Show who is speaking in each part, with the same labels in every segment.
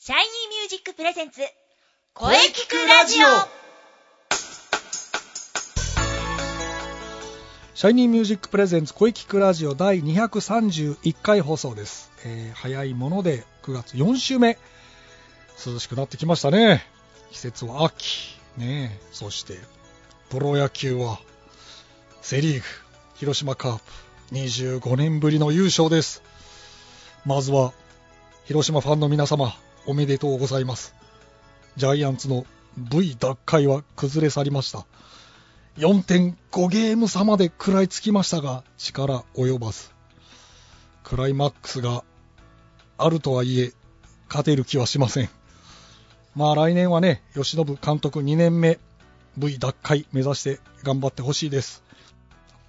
Speaker 1: シャイニーミュージックプレゼンツ
Speaker 2: 声聞くラジオシャイニーミュージックプレゼンツ声聞くラジオ第231回放送です、えー早いもので9月4週目涼しくなってきましたね季節は秋ねえそしてプロ野球はセ・リーグ広島カープ25年ぶりの優勝ですまずは広島ファンの皆様おめでとうございますジャイアンツの V 奪回は崩れ去りました4.5ゲーム差まで食らいつきましたが力及ばずクライマックスがあるとはいえ勝てる気はしませんまあ来年はね由伸監督2年目 V 奪回目指して頑張ってほしいです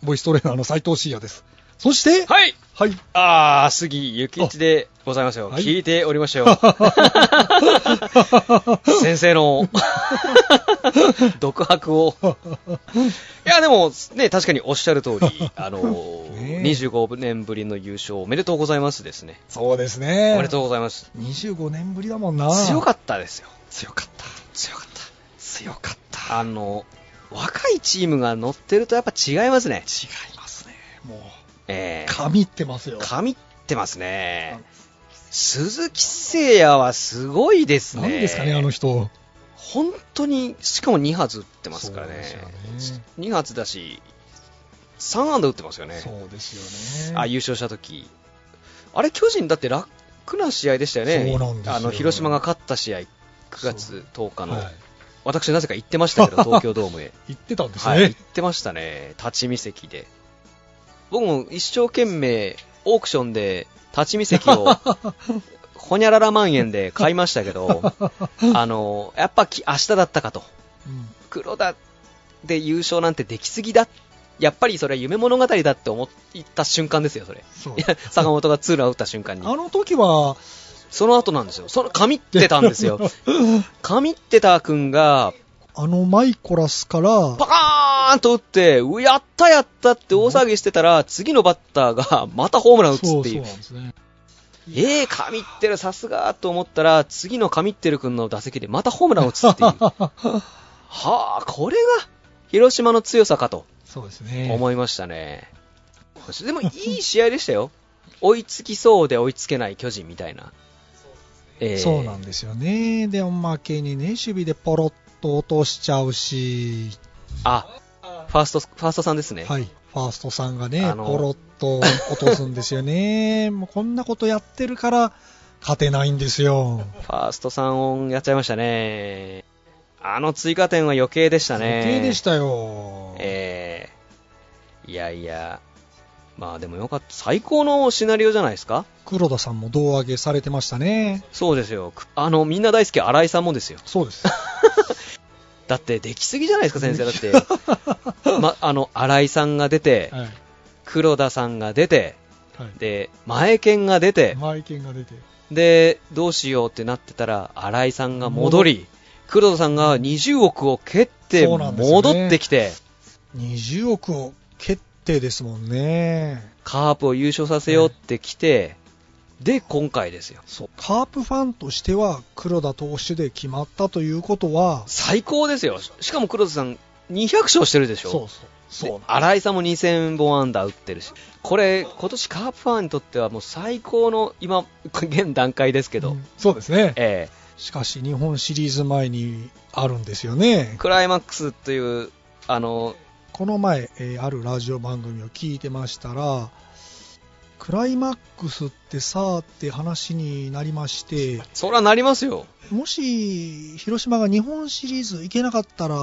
Speaker 2: ボイストレーナーの斉藤慎也ですそして
Speaker 3: はい
Speaker 2: はい
Speaker 3: あー、杉ゆきいちでございますよ。
Speaker 2: はい
Speaker 3: 聞いておりまし たよ。先生の 独白を。いや、でも、ね、確かにおっしゃる 通り、あのー
Speaker 2: ねえ
Speaker 3: 25年ぶりの優勝おめでとうございますですね。
Speaker 2: そうですね
Speaker 3: おめでとうございます。
Speaker 2: 25年ぶりだもんな
Speaker 3: 強かったですよ。
Speaker 2: 強かった強かった強かった
Speaker 3: あの、若いチームが乗ってるとやっぱ違いますね。
Speaker 2: 違いますねもう
Speaker 3: えー、
Speaker 2: 神ってますよ
Speaker 3: 神ってますね。鈴木誠也はすごいですね。
Speaker 2: 何ですかねあの人
Speaker 3: 本当に、しかも2発打ってますからね、
Speaker 2: そうですよね
Speaker 3: 2発だし、3安打打ってますよね、
Speaker 2: そうですよね
Speaker 3: あ優勝した時あれ、巨人だって楽な試合でしたよね、
Speaker 2: そうなんですよ
Speaker 3: あの広島が勝った試合、9月10日の、
Speaker 2: はい
Speaker 3: 私、なぜか行ってました けど、東京ドームへ、
Speaker 2: 言ってたんですね、
Speaker 3: はい、行ってましたね、立ち見席で、僕も一生懸命、オークションで立ち見席をほにゃらら万円で買いましたけど、あのやっぱき明日だったかと。
Speaker 2: うん
Speaker 3: 黒田で優勝なんてできすぎだ。やっぱりそれは夢物語だって思った瞬間ですよ、それ。
Speaker 2: そう
Speaker 3: いや坂本がツーラン打った瞬間に
Speaker 2: あ。の時は
Speaker 3: その後なんですよ。その、神ってたんですよ。神ってた君が、
Speaker 2: あのマイコラスから
Speaker 3: パカーンと打って、うやったやったって大騒ぎしてたら、次のバッターが またホームラン打つ
Speaker 2: そう
Speaker 3: ってい
Speaker 2: そう
Speaker 3: う。
Speaker 2: なんですね
Speaker 3: ええー、神ってる、さすがと思ったら、次の神ってる君の打席でまたホームラン打 つっていう。はあ、これが、広島の強さかと。
Speaker 2: そうですね
Speaker 3: 思いましたね。でもいい試合でしたよ。追いつきそうで追いつけない巨人みたいな。えー
Speaker 2: そうなんですよねでおまけにね守備でポロッと落としちゃうし
Speaker 3: あ、ファースト、ファーストさんですね。
Speaker 2: はい、ファーストさんがね、
Speaker 3: あの
Speaker 2: ポロッと落とすんですよ ね、もうこんなことやってるから、勝てないんですよ、
Speaker 3: ファーストさんをやっちゃいましたね。あの追加点は余計でしたね。
Speaker 2: 余計でしたよ、
Speaker 3: えーいやいや。まあでもよかった。最高のシナリオじゃないですか
Speaker 2: 黒田さんも胴上げされてましたね、
Speaker 3: そうですよ。あの、みんな大好き、新井さんもですよ。
Speaker 2: そう です、
Speaker 3: だって、できすぎじゃないですか、先生。だって、 ま、あの、新井さんが出て、
Speaker 2: はい
Speaker 3: 黒田さんが出て、
Speaker 2: はい、
Speaker 3: で、前剣が出て、
Speaker 2: マイケンが出て、
Speaker 3: で、どうしようってなってたら、新井さんが戻り、黒田さんが20億を蹴って、
Speaker 2: そうなんですよね
Speaker 3: 戻ってきて、
Speaker 2: 20億を決定ですもんね、
Speaker 3: カープを優勝させようってきて、で、今回ですよ。
Speaker 2: そうカープファンとしては、黒田投手で決まったということは、
Speaker 3: 最高ですよ。しかも黒田さん、200勝してるでしょ。
Speaker 2: そうそう、そうなん
Speaker 3: で新井さんも2000本安打打ってるし、これ、今年カープファンにとってはもう最高の、今、現段階ですけど、
Speaker 2: うんそうですね、
Speaker 3: ええ
Speaker 2: しかし、日本シリーズ前にあるんですよね。
Speaker 3: クライマックスという、あの、
Speaker 2: この前、えーあるラジオ番組を聞いてましたら、クライマックスってさーって話になりまして、
Speaker 3: そらなりますよ。
Speaker 2: もし広島が日本シリーズ行けなかったら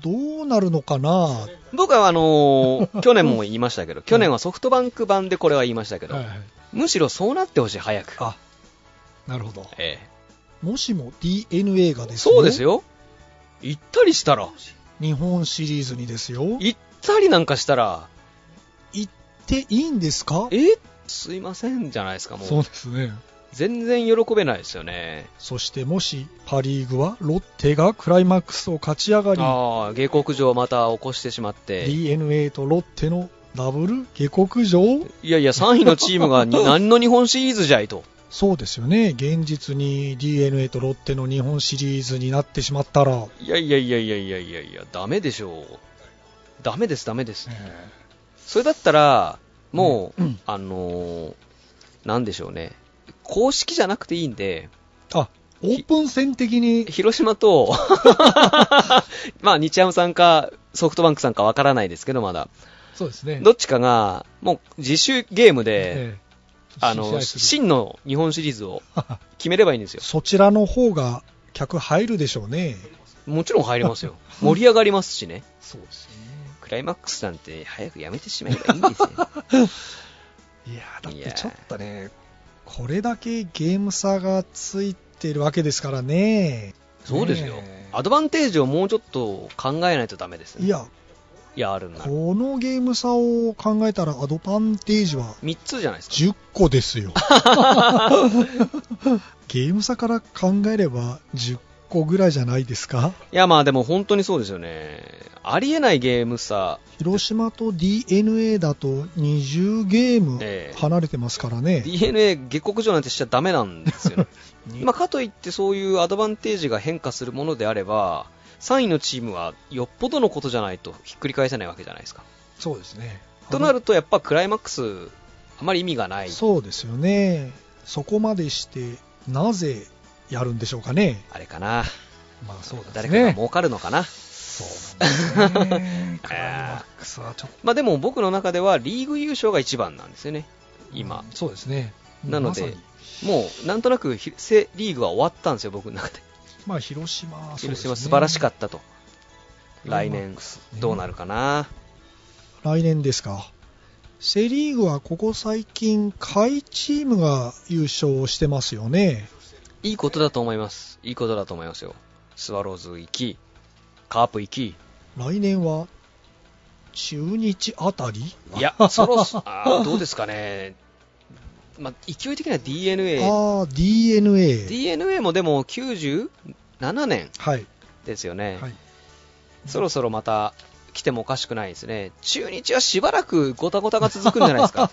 Speaker 2: どうなるのかな、は
Speaker 3: 僕はあの ー去年も言いましたけど、去年はソフトバンク版でこれは言いましたけど、むしろそうなってほしい、早く。
Speaker 2: あ、なるほど。
Speaker 3: え
Speaker 2: もしも DNA が
Speaker 3: え
Speaker 2: ですね
Speaker 3: そうですよ。行ったりしたら、
Speaker 2: 日本シリーズにですよ。
Speaker 3: 行ったりなんかしたら、
Speaker 2: 行っていいんですか
Speaker 3: えすいませんじゃないですか、もう。
Speaker 2: そうですね。
Speaker 3: 全然喜べないですよね。
Speaker 2: そしてもしパ・リーグはロッテがクライマックスを勝ち上がり、
Speaker 3: ああ、下克上をまた起こしてしまって。
Speaker 2: DNA とロッテのダブル下克上
Speaker 3: いやいや、3位のチームが何の日本シリーズじゃいと。
Speaker 2: そうですよね。現実に DNA とロッテの日本シリーズになってしまったら、
Speaker 3: いやいやいやいやいやいやいや、ダメでしょう。ダメです、ダメです。
Speaker 2: え
Speaker 3: それだったら、もう、
Speaker 2: うんうん
Speaker 3: あのーなんでしょうね。公式じゃなくていいんで、
Speaker 2: ーあ、オープン戦的に、
Speaker 3: 広島と、 まあ、日ハムさんか、ソフトバンクさんかわからないですけど、まだ。
Speaker 2: そうですね。
Speaker 3: どっちかが、もう自主ゲームで、
Speaker 2: ええ
Speaker 3: あ
Speaker 2: 試合
Speaker 3: の、
Speaker 2: する
Speaker 3: 真の日本シリーズを決めればいいんですよ。
Speaker 2: そちらの方が客入るでしょうね。
Speaker 3: もちろん入ります よ。盛り上がりますしね。
Speaker 2: そうです
Speaker 3: クライマックスなんて早くやめてしまえばいいんですよ。
Speaker 2: ね。いやーだっ
Speaker 3: い
Speaker 2: て
Speaker 3: やー
Speaker 2: ちょっとね、これだけゲーム差がついてるわけですからね。
Speaker 3: そうですよ
Speaker 2: ね。え
Speaker 3: アドバンテージをもうちょっと考えないとダメですね。
Speaker 2: いや、
Speaker 3: いや、あるんだ。
Speaker 2: このゲーム差を考えたらアドバンテージは
Speaker 3: 3つじゃないですか。
Speaker 2: 10個です よ。ゲーム差から考えれば10個ぐらいじゃないですか
Speaker 3: いや、まあでも本当にそうですよね。ありえないゲームさ、
Speaker 2: 広島と DNA だと20ゲーム
Speaker 3: ええ
Speaker 2: 離れてますからね。
Speaker 3: DNA 下克上なんてしちゃダメなんです よね。
Speaker 2: に
Speaker 3: まあ、かといってそういうアドバンテージが変化するものであれば、3位のチームはよっぽどのことじゃないとひっくり返せないわけじゃないですか。
Speaker 2: そうですね。
Speaker 3: となると、やっぱクライマックス、あまり意味がない。
Speaker 2: そうですよね。そこまでして、なぜやるんでしょうかね。
Speaker 3: あれかな。
Speaker 2: まあそうですね。
Speaker 3: 誰かが儲かるのかな。
Speaker 2: そうなんですね。クライマックスはちょっと
Speaker 3: まあ、でも僕の中ではリーグ優勝が一番なんですよね。今。
Speaker 2: そうですね。
Speaker 3: なので
Speaker 2: まさに
Speaker 3: もう、なんとなくひせリーグは終わったんですよ、僕の中で。
Speaker 2: まあ広島はそうで
Speaker 3: 広
Speaker 2: すね
Speaker 3: 島素晴らしかったと。来
Speaker 2: クライマ
Speaker 3: 年
Speaker 2: ックスね、
Speaker 3: どうなるかな。
Speaker 2: 来年ですか。セ・リーグはここ最近、下位チームが優勝してますよね。
Speaker 3: いいことだと思います。いいことだと思いますよ。スワローズ行き、カープ行き、
Speaker 2: 来年は中日あたり
Speaker 3: い や、そろそあーどうですかね、まあ、勢い的には d n a
Speaker 2: ああ、DNA。
Speaker 3: d n a もでも97年
Speaker 2: はい。
Speaker 3: ですよね、
Speaker 2: はい。
Speaker 3: そろそろまた来てもおかしくないですね、中日はしばらくごたごたが続くんじゃないで すか、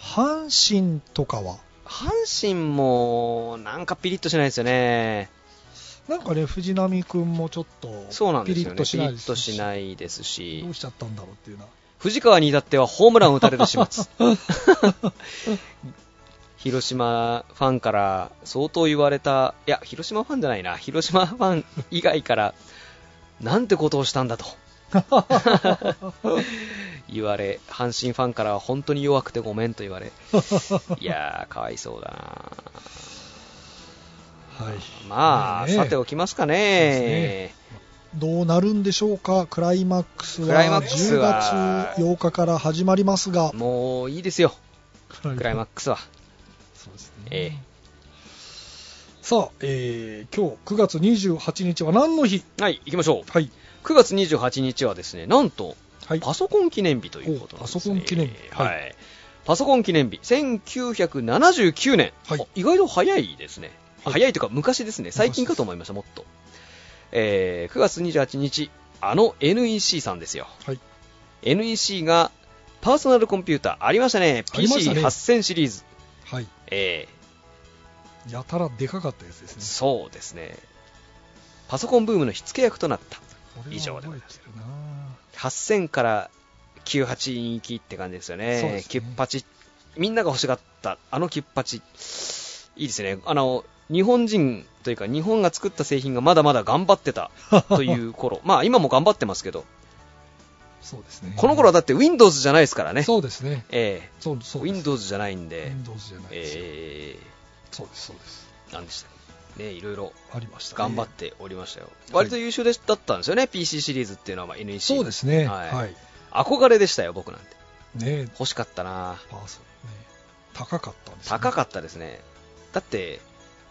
Speaker 2: 阪神とかは
Speaker 3: 阪神もなんかピリッとしないですよね、
Speaker 2: なんかね、藤波君もちょっと、
Speaker 3: そうなんですよね、
Speaker 2: ピリッと
Speaker 3: ピリ
Speaker 2: しない
Speaker 3: ッとしないですし
Speaker 2: どう、しちゃったんだろうっていうな。
Speaker 3: 藤川に至ってはホームランを打たれる始末広島ファンから相当言われたいや広島ファンじゃないな広島ファン以外からなんてことをした んだと言われ阪神ファンからは本当に弱くてごめんと言われいやーかわいそうだな
Speaker 2: はい。
Speaker 3: まあ、
Speaker 2: ねえ
Speaker 3: さておきますかね
Speaker 2: どうなるんでしょうか、クライマックス
Speaker 3: クライマ
Speaker 2: は
Speaker 3: ックスは
Speaker 2: 10月8日から始まりますが、
Speaker 3: もういいですよ
Speaker 2: クラ
Speaker 3: クライマックスは、
Speaker 2: そうですね
Speaker 3: え
Speaker 2: さあ、えー、今日9月28日は何の日
Speaker 3: えはい行きましょう
Speaker 2: はい。
Speaker 3: 9月28日はですねなんと
Speaker 2: はい。
Speaker 3: パソコン記念日ということなんです、
Speaker 2: おパ
Speaker 3: ね、
Speaker 2: ソコン記念日
Speaker 3: はい、
Speaker 2: は
Speaker 3: パソコン記念日1979年、
Speaker 2: はい
Speaker 3: お意外と早いですね、
Speaker 2: はい
Speaker 3: 早いというか昔ですね最近かと思いましたもっと、えー9月28日あの NEC さんですよ
Speaker 2: はい。
Speaker 3: NEC がパーソナルコンピューターありましたね
Speaker 2: ありましたね
Speaker 3: PC8000 シリーズ、
Speaker 2: はい。
Speaker 3: え
Speaker 2: やたらでかかったやつで
Speaker 3: ー
Speaker 2: すね。
Speaker 3: そうですねパソコンブームの火付け役となった
Speaker 2: これは
Speaker 3: 以上でござい
Speaker 2: 覚えてるな
Speaker 3: 8000から98に行きって感じですよね、
Speaker 2: そうですね
Speaker 3: キュッパチ、みんなが欲しがった、あのキュッパチ、いいですね、あの日本人というか、日本が作った製品がまだまだ頑張っ てたという頃まあ今も頑張ってますけど、
Speaker 2: そうですね。
Speaker 3: この頃はだって Windows じゃないですからね、
Speaker 2: そうですね。
Speaker 3: え
Speaker 2: そうそ
Speaker 3: え
Speaker 2: うです。
Speaker 3: Windows じゃないんで、
Speaker 2: Windows じゃないですよ。
Speaker 3: え
Speaker 2: そうです、そうです。
Speaker 3: えなんでしたっけね、いろいろ
Speaker 2: ありました、ね。
Speaker 3: 頑張っておりましたよ、割と優秀でだったんですよね、PC シリーズっていうのはまあ NEC
Speaker 2: そうですね。
Speaker 3: は
Speaker 2: はいい。
Speaker 3: 憧れでしたよ、僕なんて、
Speaker 2: ね
Speaker 3: 欲しかったな。
Speaker 2: パーソンね。高かったんです、ね。
Speaker 3: 高かったですね。だって、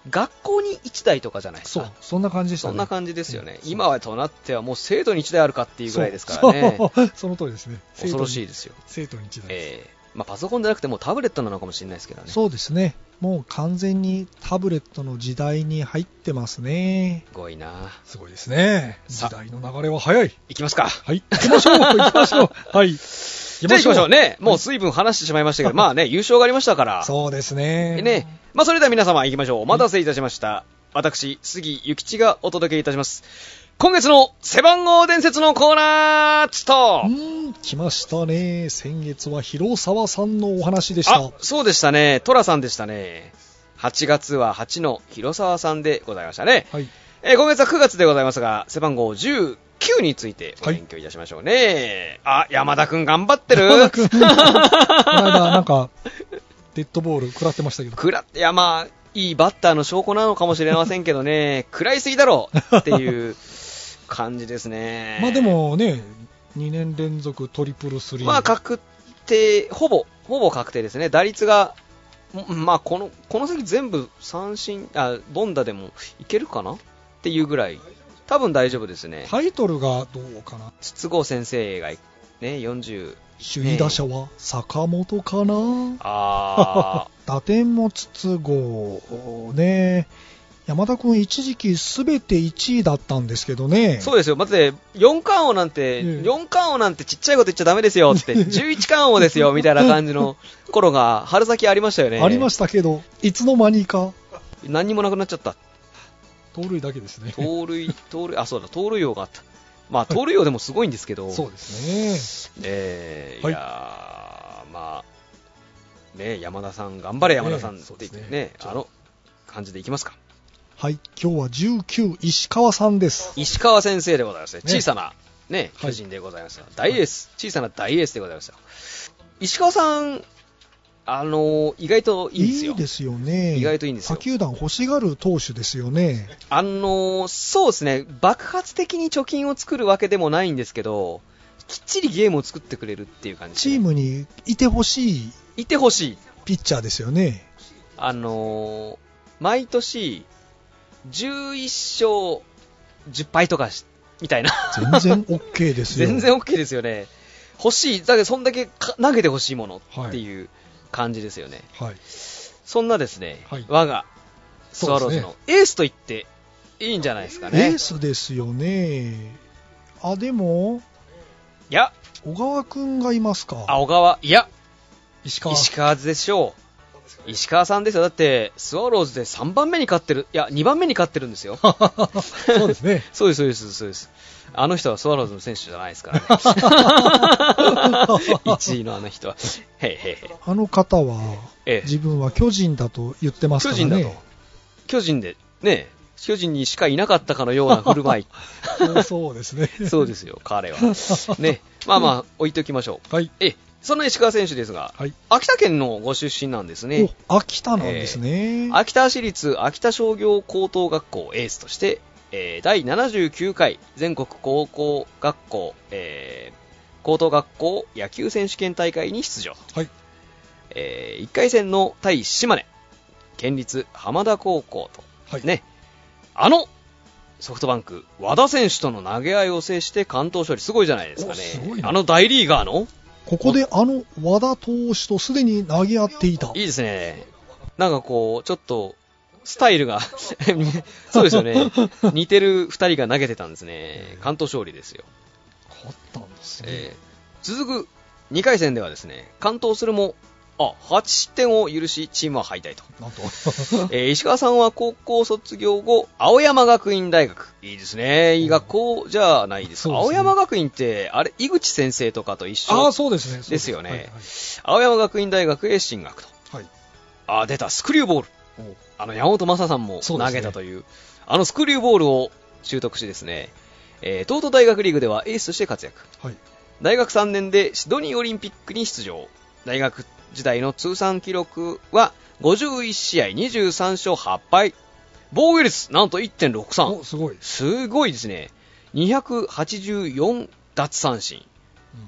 Speaker 3: 学校に1台とかじゃないです
Speaker 2: そ
Speaker 3: か
Speaker 2: う。、そんな感じでした
Speaker 3: そ
Speaker 2: ね。
Speaker 3: んな感じですよね。
Speaker 2: そう
Speaker 3: 今はとなってはもう生徒に1台あるかっていうぐらいですから
Speaker 2: そう
Speaker 3: ね。
Speaker 2: そう その通りですね。
Speaker 3: 恐ろしい
Speaker 2: す。
Speaker 3: ですよ。
Speaker 2: 生徒に一台です、
Speaker 3: ええまあパソコンじゃなくてもうタブレットなのかもしれないですけどね。
Speaker 2: そうですね。もう完全にタブレットの時代に入ってますね。
Speaker 3: すごいな。
Speaker 2: すごいですね。
Speaker 3: さ
Speaker 2: 時代の流れは早い。
Speaker 3: いきます か。
Speaker 2: はい。行きましょう行きましょうはい。
Speaker 3: じゃあ行きましょうね。もう水分話してしまいました けど、まあね、優勝がありましたから。
Speaker 2: そうですね。
Speaker 3: ね。まあ、それでは皆様行きましょう。お待たせいたしました。私、杉ゆきちがお届けいたします。今月の背番号伝説のコーナーつと
Speaker 2: うーん、来ましたね。先月は広沢さんのお話でした
Speaker 3: あ。、そうでしたね。トラさんでしたね。8月は8の広沢さんでございましたね。
Speaker 2: はい。
Speaker 3: えー今月は9月でございますが、背番号19についてお勉強いたしましょうね。あ、山田くん頑張ってる
Speaker 2: 山田君この間、なんか、 デッドボール食らってましたけど。
Speaker 3: くらって、いやまあ、いいバッターの証拠なのかもしれませんけどね、 食らいすぎだろうっていう感じですね。
Speaker 2: まあで、もね、2年連続トリプルスリー。
Speaker 3: まあ確定、ほぼ、ほぼ確定ですね。打率が、んまあこの、この先全部三振、あ、凡打でもいけるかなっていうぐらい、多分大丈夫ですね。
Speaker 2: タイトルがどうかな。
Speaker 3: 筒香先生が、ね、40、
Speaker 2: 首位打者は坂本かな。
Speaker 3: あ
Speaker 2: 打点も筒香ね。山田君一時期すべて1位だったんですけどね。
Speaker 3: ー、そうですよ。まずね、4冠王なんて、
Speaker 2: ええ
Speaker 3: 4冠王なんてちっちゃいこと言っちゃダメですよって、11冠 王ですよ、みたいな感じの頃が、春先ありましたよね。
Speaker 2: ありましたけど、いつの間にか、
Speaker 3: 何にもなくなっちゃった。
Speaker 2: 盗塁だけですね。
Speaker 3: 盗塁、盗塁、あ、そうだ、盗塁王があった。まあ、盗塁王でもすごいんですけど、
Speaker 2: そうですね。
Speaker 3: えー
Speaker 2: はい
Speaker 3: いやーまあ、ね、山田さん、頑張れ、山田さん
Speaker 2: ええ
Speaker 3: って
Speaker 2: そう
Speaker 3: 言
Speaker 2: で
Speaker 3: っ
Speaker 2: す
Speaker 3: て
Speaker 2: ね
Speaker 3: ね、あの感じでいきますか。
Speaker 2: はい、今日は19、石川さんです。
Speaker 3: 石川先生でございますね。
Speaker 2: ね
Speaker 3: 小さな、ね、
Speaker 2: はい
Speaker 3: 巨人でございました。大エース、小さな大エースでございました。石川さん、あのー意外といいんですよ。
Speaker 2: ですよね。
Speaker 3: 意外といいんですよ
Speaker 2: 他球団欲しがる投手ですよね。
Speaker 3: あのーそうですね、爆発的に貯金を作るわけでもないんですけど、きっちりゲームを作ってくれるっていう感じ
Speaker 2: チ
Speaker 3: で
Speaker 2: ームにいてほしい
Speaker 3: いてほしい。
Speaker 2: ピッチャーですよね。
Speaker 3: あのー毎年、11勝10敗とかし、みたいな。
Speaker 2: 全然 OK ですよ。
Speaker 3: 全然 OK ですよね。欲しい。だけど、そんだけか投げてほしいものっていう感じですよね。
Speaker 2: はい。
Speaker 3: そんなですね、
Speaker 2: はい
Speaker 3: 我がス
Speaker 2: そ
Speaker 3: ワ
Speaker 2: う
Speaker 3: ロー
Speaker 2: で
Speaker 3: ズ
Speaker 2: すね
Speaker 3: のエースと言っていいんじゃないですか
Speaker 2: エ
Speaker 3: ね
Speaker 2: ー。スですよね。あ、でも、
Speaker 3: いや、
Speaker 2: 小川くんがいますか。
Speaker 3: 青川、いや、
Speaker 2: 石川。
Speaker 3: 石川でしょう。石川さんですよ。だって、スワローズで3番目に勝ってる、いや、2番目に勝ってるんで すよ。
Speaker 2: そうです ね。
Speaker 3: そうです、そうです、そうです。あの人はスワローズの選手じゃないですからね。1位のあの人は。へいへいへい。
Speaker 2: あの方は、
Speaker 3: ええ
Speaker 2: 自分は巨人だと言ってますからね。
Speaker 3: 巨人だと巨人で、ね、巨人にしかいなかったかのような振る舞い。
Speaker 2: そうそうですね。
Speaker 3: そうですよ、彼は。ね、まあまあ、置いておきましょう。
Speaker 2: はい。
Speaker 3: ええ、そんな石川選手ですが、
Speaker 2: はい。
Speaker 3: 秋田県のご出身なんですね。
Speaker 2: お、秋田なんですね。
Speaker 3: 秋田市立秋田商業高等学校エースとして、えー第79回全国高校学校、えー高等学校野球選手権大会に出場、
Speaker 2: はい。
Speaker 3: え1回戦の対島根県立浜田高校と、
Speaker 2: はい。。
Speaker 3: ね、あのソフトバンク和田選手との投げ合いを制して関東勝利すごいじゃないですかね
Speaker 2: おすごいね
Speaker 3: あの大リーガーの
Speaker 2: ここであの和田投手とすでに投げ合っていた。
Speaker 3: いいですね。なんかこう、ちょっと、スタイルが、 そうですよね。似てる二人が投げてたんですね。関東勝利ですよ。
Speaker 2: 勝ったんですね。
Speaker 3: えー続く2回戦ではですね、関東するも、あ、8失点を許し、チームは敗退と。
Speaker 2: なん と。
Speaker 3: えー石川さんは高校卒業後、青山学院大学。いいですね。いい学校じゃないです
Speaker 2: そ
Speaker 3: か。
Speaker 2: うです
Speaker 3: 青
Speaker 2: ね
Speaker 3: 山学院って、あれ、井口先生とかと一緒。
Speaker 2: ああ、そうですね。そう
Speaker 3: ですよね
Speaker 2: はい
Speaker 3: 青山学院大学へ進学と。
Speaker 2: はい。はい
Speaker 3: あ、出た、スクリューボール。
Speaker 2: お
Speaker 3: あの、山本正さんも
Speaker 2: そう
Speaker 3: 投
Speaker 2: ですね
Speaker 3: げたという、あのスクリューボールを習得しですね、えー東都大学リーグではエースとして活躍。
Speaker 2: はい。
Speaker 3: 大学3年でシドニーオリンピックに出場。大学時代の通算記録は51試合23勝8敗。防御率なんと1.63
Speaker 2: お、。すごい。
Speaker 3: すごいですね。284奪三振。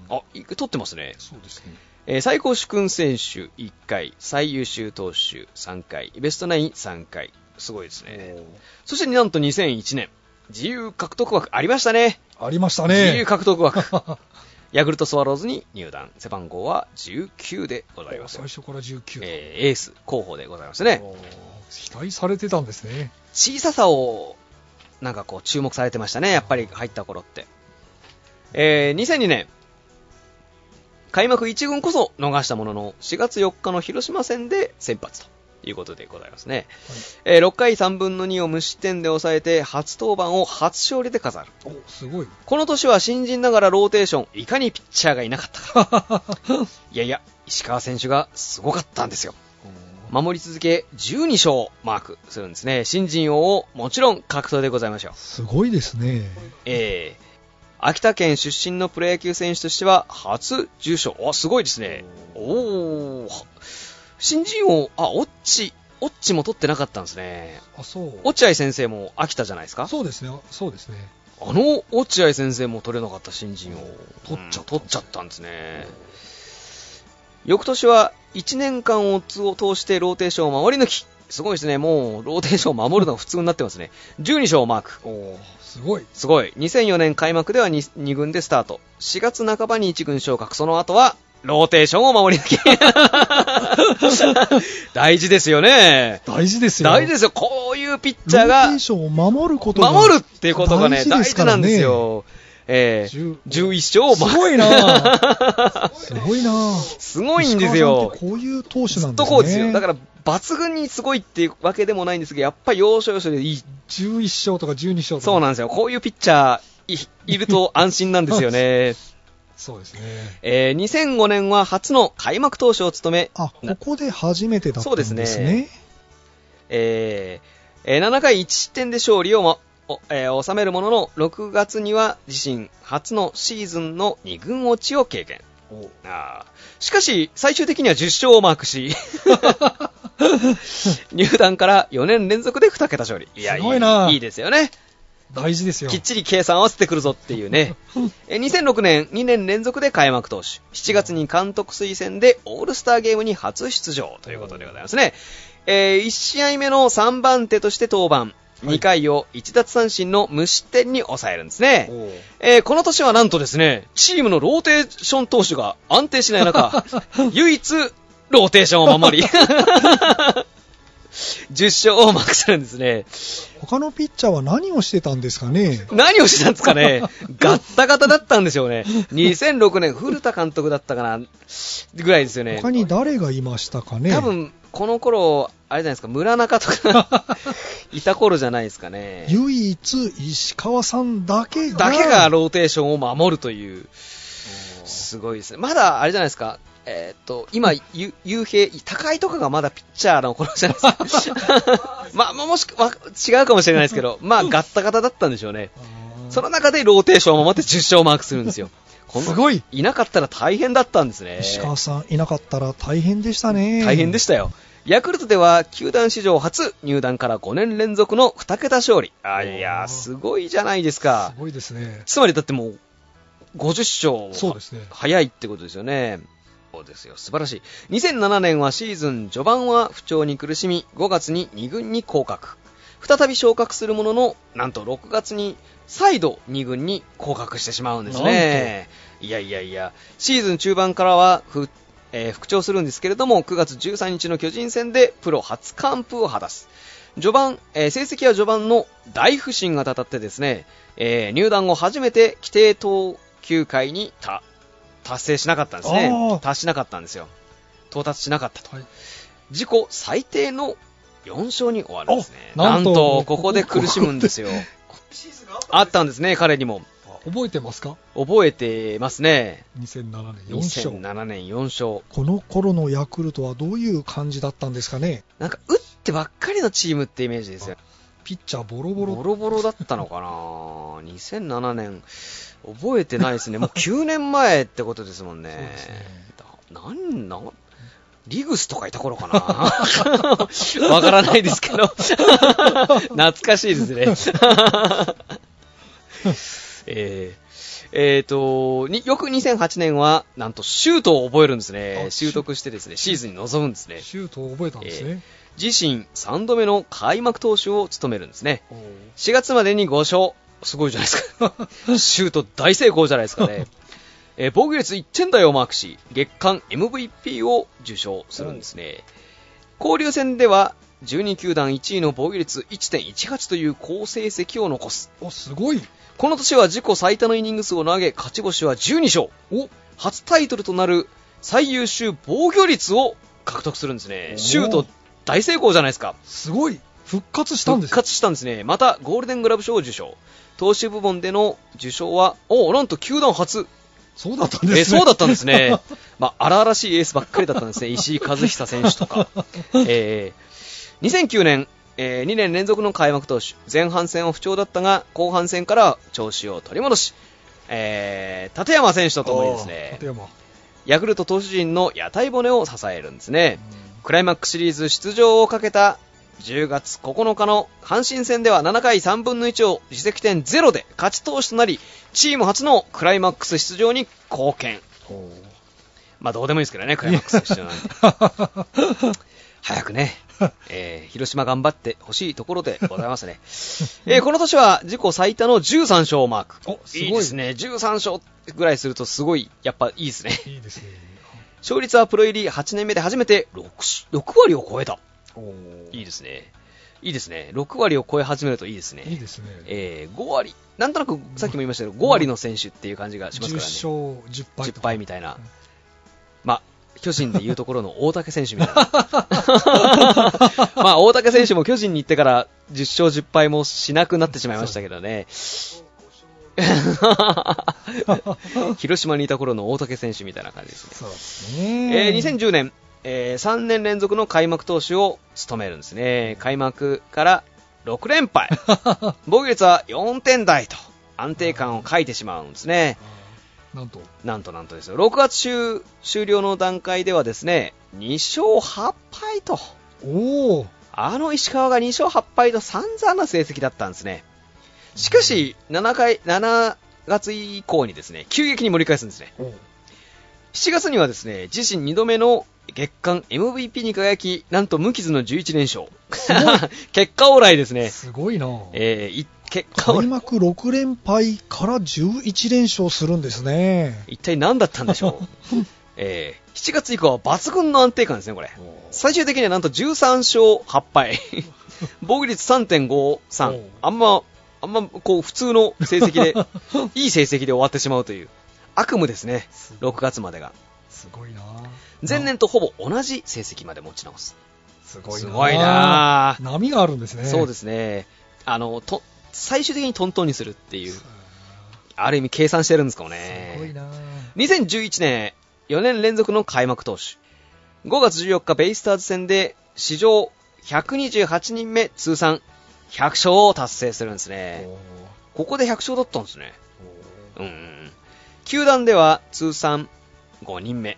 Speaker 2: うん
Speaker 3: あ、い取ってますね。
Speaker 2: そうですね。
Speaker 3: えー最高主君選手1回、最優秀投手3回、ベストナイン3回。すごいですね。そしてなんと2001年、自由獲得枠ありましたね。
Speaker 2: ありました
Speaker 3: 自由
Speaker 2: ね。
Speaker 3: 獲得枠。 ヤクルトスワローズに入団。背番号は19でございます
Speaker 2: 最。初から19。
Speaker 3: えーエース候補でございますね。
Speaker 2: おー期待されてたんですね。
Speaker 3: 小ささを、なんかこう注目されてましたね。やっぱり入った頃って。えー2002年、神開幕1軍こそ逃したものの、4月4日の広島戦で先発ということでございますね。えー6回3分の2を無失点で抑えて、初登板を初勝利で飾る。
Speaker 2: おすごい。
Speaker 3: この年は新人ながらローテーション、いかにピッチャーがいなかったか。 いやいや、石川選手がすごかったんですよ。守り続け12勝をマークするんですね。新人王をもちろん獲得でございましょう。
Speaker 2: すごいですね。
Speaker 3: えー秋田県出身のプロ野球選手としては初受賞。お、すごいですね。おー。新人王、あ、オッチ、オッチも取ってなかったんですね。
Speaker 2: あ、そう。
Speaker 3: 落合先生も秋田じゃないですか
Speaker 2: そうですね。そうですね。
Speaker 3: あの落合先生も取れなかった新人を
Speaker 2: 取っちゃったんですね
Speaker 3: 取っちゃったんですね。翌年は1年間を通してローテーションを守り抜き、すごいですね、もうローテーションを守るのが普通になってますね。12勝をマーク。
Speaker 2: おすごい。
Speaker 3: すごい。2004年開幕では 2, 2軍でスタート。4月半ばに1軍昇格。その後は、ローテーションを守 り抜き。大事ですよね。
Speaker 2: 大事ですよ。。
Speaker 3: 大事ですすよ。こういうピッ
Speaker 2: ロ
Speaker 3: チャーが
Speaker 2: ーテーションを守ることが
Speaker 3: 守るっていうことがね、大
Speaker 2: で
Speaker 3: 事
Speaker 2: すから
Speaker 3: なん
Speaker 2: ね
Speaker 3: です。よ。えー、
Speaker 2: 十
Speaker 3: 11勝を
Speaker 2: すごい なすごいな
Speaker 3: すごいんですよ
Speaker 2: 石川さんってこういう投手
Speaker 3: ず
Speaker 2: な
Speaker 3: っ
Speaker 2: んで
Speaker 3: と
Speaker 2: すね。
Speaker 3: こうですよ。だから、抜群にすごいっていうわけでもないんですけど、やっぱり要所要所でいい。
Speaker 2: 11勝とか12勝とか。
Speaker 3: そうなんですよ。こういうピッチャーい、いると安心なんです よね。
Speaker 2: そうですね。
Speaker 3: えー、2005年は初の開幕投手を務め、
Speaker 2: あ、ここで初めてだったんですね。
Speaker 3: そうですえーえー7回1失点で勝利をも、おえー収めるものの、6月には自身初のシーズンの2軍落ちを経験。あーしかし、最終的には10勝をマーク し、入団から4年連続で2桁勝利。いや、
Speaker 2: すごいない
Speaker 3: いですよね。
Speaker 2: 大事ですよ
Speaker 3: き。っちり計算合わせてくるぞっていう ね。えー2006年、2年連続で開幕投手。7月に監督推薦でオールスターゲームに初出場ということでございますね。え1試合目の3番手として登板。2回を1奪三振の無失点に抑えるんですね。えーこの年はなんとですね、チームのローテーション投手が安定しな い中、唯一、ローテーションを守り、10勝をマークするんですね。
Speaker 2: 他のピッチャーは何をしてたんですかね。
Speaker 3: 何をしてたんですかね、ガッタガタだったんでしょうね、2006年、古田監督だったかなぐらいですよね、
Speaker 2: 他に誰がいましたかね。
Speaker 3: 多分この頃あれじゃないですか、村中とか いた頃じゃないですかね、
Speaker 2: 唯一石川さんだけが。
Speaker 3: だけがローテーションを守るという、すごいですね、まだあれじゃないですか。えーっと今、ゆ雄平、高井とかがまだピッチャーの頃じゃないです か、まあ、もしくは違うかもしれないですけど、まあ、ガッタガタだったんでしょうね、
Speaker 2: あー
Speaker 3: その中でローテーションを守って10勝をマークするんですよ。この
Speaker 2: すごい
Speaker 3: いなかったら大変だったんですね。
Speaker 2: 石川さんいなかったら大変でしたね。
Speaker 3: 大変で
Speaker 2: し
Speaker 3: したよ。ヤクルトでは球団史上初入団から5年連続の2桁勝利。あいや
Speaker 2: お
Speaker 3: ー、
Speaker 2: ー
Speaker 3: すごいじゃないですか
Speaker 2: す。ごいですね。
Speaker 3: つまりだってもう50勝
Speaker 2: そうですね。
Speaker 3: 早いってことですよね。そうですよ。素晴らしい。2007年はシーズン序盤は不調に苦しみ、5月に2軍に降格。再び昇格するものの、なんと6月に再度2軍に降格してしまうんですね。いやいやいや、シーズン中盤からはふ、えー復調するんですけれども、9月13日の巨人戦でプロ初完封を果たす。序盤、えー成績は序盤の大不振がたたってですね、えー入団後初めて規定投球回にた達成しなかったんで
Speaker 2: あ
Speaker 3: すね
Speaker 2: ー。
Speaker 3: 達しなかったんですよ。到達しなかったと。
Speaker 2: はい
Speaker 3: 自己最低の4勝に終わるんですね。
Speaker 2: おな
Speaker 3: なんん
Speaker 2: と
Speaker 3: と、ここで苦しむんですよ。あったんですね、彼にも。
Speaker 2: 覚えてますか
Speaker 3: 覚えてますね。
Speaker 2: ?2007 年4勝。
Speaker 3: 2007年4勝。
Speaker 2: この頃のヤクルトはどういう感じだったんですかね。
Speaker 3: なんか、打ってばっかりのチームってイメージですよ。
Speaker 2: ピッチャーボロボ
Speaker 3: ボロ
Speaker 2: ロ。
Speaker 3: ボロだったのかな2007年覚えてないですねもう9年前ってことですもんね
Speaker 2: そうですね
Speaker 3: だなんなリグスとかいた頃かな わからないですけど懐かしいですね えーえーとによく2008年はなんとシュートを覚えるんですね
Speaker 2: あ
Speaker 3: 習得してですねシーズンに臨むんですね
Speaker 2: シュートを覚えたんですね。
Speaker 3: 自身3度目の開幕投手を務めるんですね4月までに5勝。すごいじゃないです か。シュート大成功じゃないですかね。えー防御率1点台をマークし、月間 MVP を受賞するんですね。交流戦では、12球団1位の防御率1.18という好成績を残す。
Speaker 2: おおすごい。
Speaker 3: この年は自己最多のイニング数を投げ、勝ち星は12勝。
Speaker 2: お
Speaker 3: 初タイトルとなる最優秀防御率を獲得するんですね
Speaker 2: お。ー
Speaker 3: シュート大成功じゃないですか。
Speaker 2: すごい復活したんです
Speaker 3: 復活したんですね。また、ゴールデングラブ賞を受賞。投手部門での受賞は、おなんと球団初。
Speaker 2: そうだったんですね
Speaker 3: えそうだったんです ね。 まあ、荒々しいエースばっかりだったんですね。 石井和久選手とか。えー2009年、え2年連続の開幕投手。前半戦は不調だったが、後半戦から調子を取り戻し、えー立山選手とともにです
Speaker 2: おー
Speaker 3: ね
Speaker 2: 立、山
Speaker 3: ヤクルト投手陣の屋台骨を支えるんですね。クライマックスシリーズ出場をかけた10月9日の阪神戦では7回3分の1を自責点ゼロで勝ち投手となり、チーム初のクライマックス出場に貢献。
Speaker 2: ほ
Speaker 3: まあどうでもいいですけどね、クライマックス出場なん て。
Speaker 2: う
Speaker 3: 早く ね、えー広島頑張ってほしいところでございますね。えーこの年は自己最多の13勝をマーク。
Speaker 2: おすごい
Speaker 3: いですね。13勝ぐらいするとすごい、やっぱいいですね。
Speaker 2: いいですね
Speaker 3: 勝率はプロ入り8年目で初めて 6, 6割を超えた。
Speaker 2: おー
Speaker 3: いいですね。いいですね。6割を超え始めるといいですね。
Speaker 2: いいですね
Speaker 3: えー5割。なんとなくさっきも言いましたけど、5割の選手っていう感じがしますからね。
Speaker 2: 10勝10敗と
Speaker 3: 10
Speaker 2: か
Speaker 3: 敗みたいな。まあ、巨人でいうところの大竹選手みたいな。まあ、大竹選手も巨人に行ってから10勝10敗もしなくなってしまいましたけどね。 広島にいた頃の大竹選手みたいな感じですね。
Speaker 2: そうですね
Speaker 3: えー2010年、え3年連続の開幕投手を務めるんですね。開幕から6連敗。防御率は4点台と安定感を欠いてしまうんですね。
Speaker 2: なんと
Speaker 3: なんとなんとですよ。6月終終了の段階ではですね、2勝8敗と。
Speaker 2: おお
Speaker 3: あの石川が2勝8敗と散々な成績だったんですね。しかし、7回、7月以降にですね、急激に盛り返すんですね。7月にはですね、自身2度目の月間 MVP に輝き、なんと無傷の11連勝。 結果オーライですね。
Speaker 2: すごいな
Speaker 3: えーい結果オー
Speaker 2: 開
Speaker 3: ライ。
Speaker 2: 幕6連敗から11連勝するんですね
Speaker 3: 一体何だったんでしょ う。えー7月以降は抜群の安定感ですね、これ。最終的にはなんと13勝8敗。 防御率
Speaker 2: おう
Speaker 3: 3.53。あんま、あんま、こう、普通の成績 で、いい成績で終わってしまうという。悪夢ですね。6月までが。
Speaker 2: すごいな
Speaker 3: 前年とほぼ同じ成績まで持ち直す。
Speaker 2: す
Speaker 3: ごいなすごいな
Speaker 2: 波があるんですね
Speaker 3: そうですすね。あの、と、最終的にトントンにするっていう、ある意味計算してるんですかもね。
Speaker 2: すごいな
Speaker 3: 2011年、4年連続の開幕投手。5月14日、ベイスターズ戦で、史上128人目通算100勝を達成するんですね。ここで100勝だったんですね。うんうん。球団では通算5人目。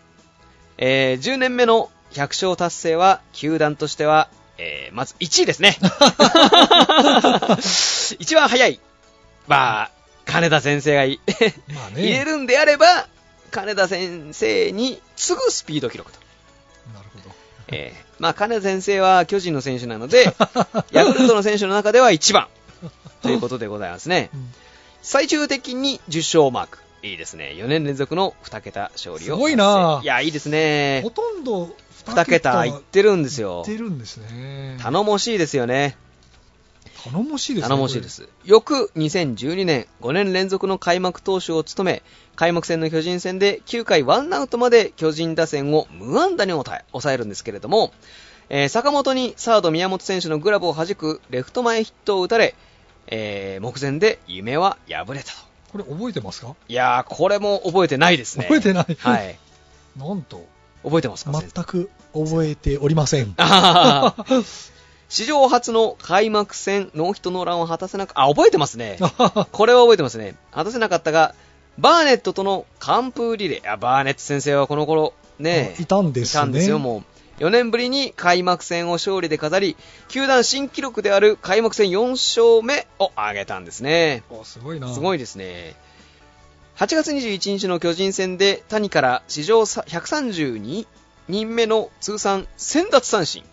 Speaker 3: えー10年目の100勝達成は、球団としては、えーまず1位ですね。 一番早い。まあ、金田先生がいい。
Speaker 2: まあね
Speaker 3: 入れるんであれば、金田先生に次ぐスピード記録と。
Speaker 2: なるほど
Speaker 3: えーまあ、金田先生は巨人の選手なので、ヤクルトの選手の中では1番。ということでございますね
Speaker 2: う。ん
Speaker 3: 最終的に10勝マーク。いいですね。4年連続の2桁勝
Speaker 2: す
Speaker 3: 利を達成。
Speaker 2: ごいない
Speaker 3: や、いいですね
Speaker 2: ほ。とんど
Speaker 3: 2桁いってるんです
Speaker 2: い
Speaker 3: よ
Speaker 2: っ。てるんですね
Speaker 3: 頼もしいですよね。
Speaker 2: 頼もしいですね
Speaker 3: 頼もしいです。翌2012年、5年連続の開幕投手を務め、開幕戦の巨人戦で9回ワンアウトまで巨人打線を無安打に抑え抑えるんですけれども、えー坂本にサード宮本選手のグラブを弾くレフト前ヒットを打たれ、えー目前で夢は敗れたと。
Speaker 2: これ覚えてますか
Speaker 3: いやー、これも覚えてないですね。
Speaker 2: 覚えてない
Speaker 3: はい。
Speaker 2: なんと
Speaker 3: 覚えてますか、
Speaker 2: 全
Speaker 3: 先生
Speaker 2: く覚えておりません
Speaker 3: あー 史上初の開幕戦ノーヒットノーランを果たせなく、あ、覚えてますね。 これは覚えてますね。果たせなかったが、バーネットとの完封リレー。あ、バーネット先生はこの頃、ね、
Speaker 2: いたんですね
Speaker 3: いたんですよ、もう。4年ぶりに開幕戦を勝利で飾り、球団新記録である開幕戦4勝目を挙げたんですね。
Speaker 2: おすごいな
Speaker 3: すごいですね。8月21日の巨人戦で、谷から史上さ132人目の通算1000奪三振。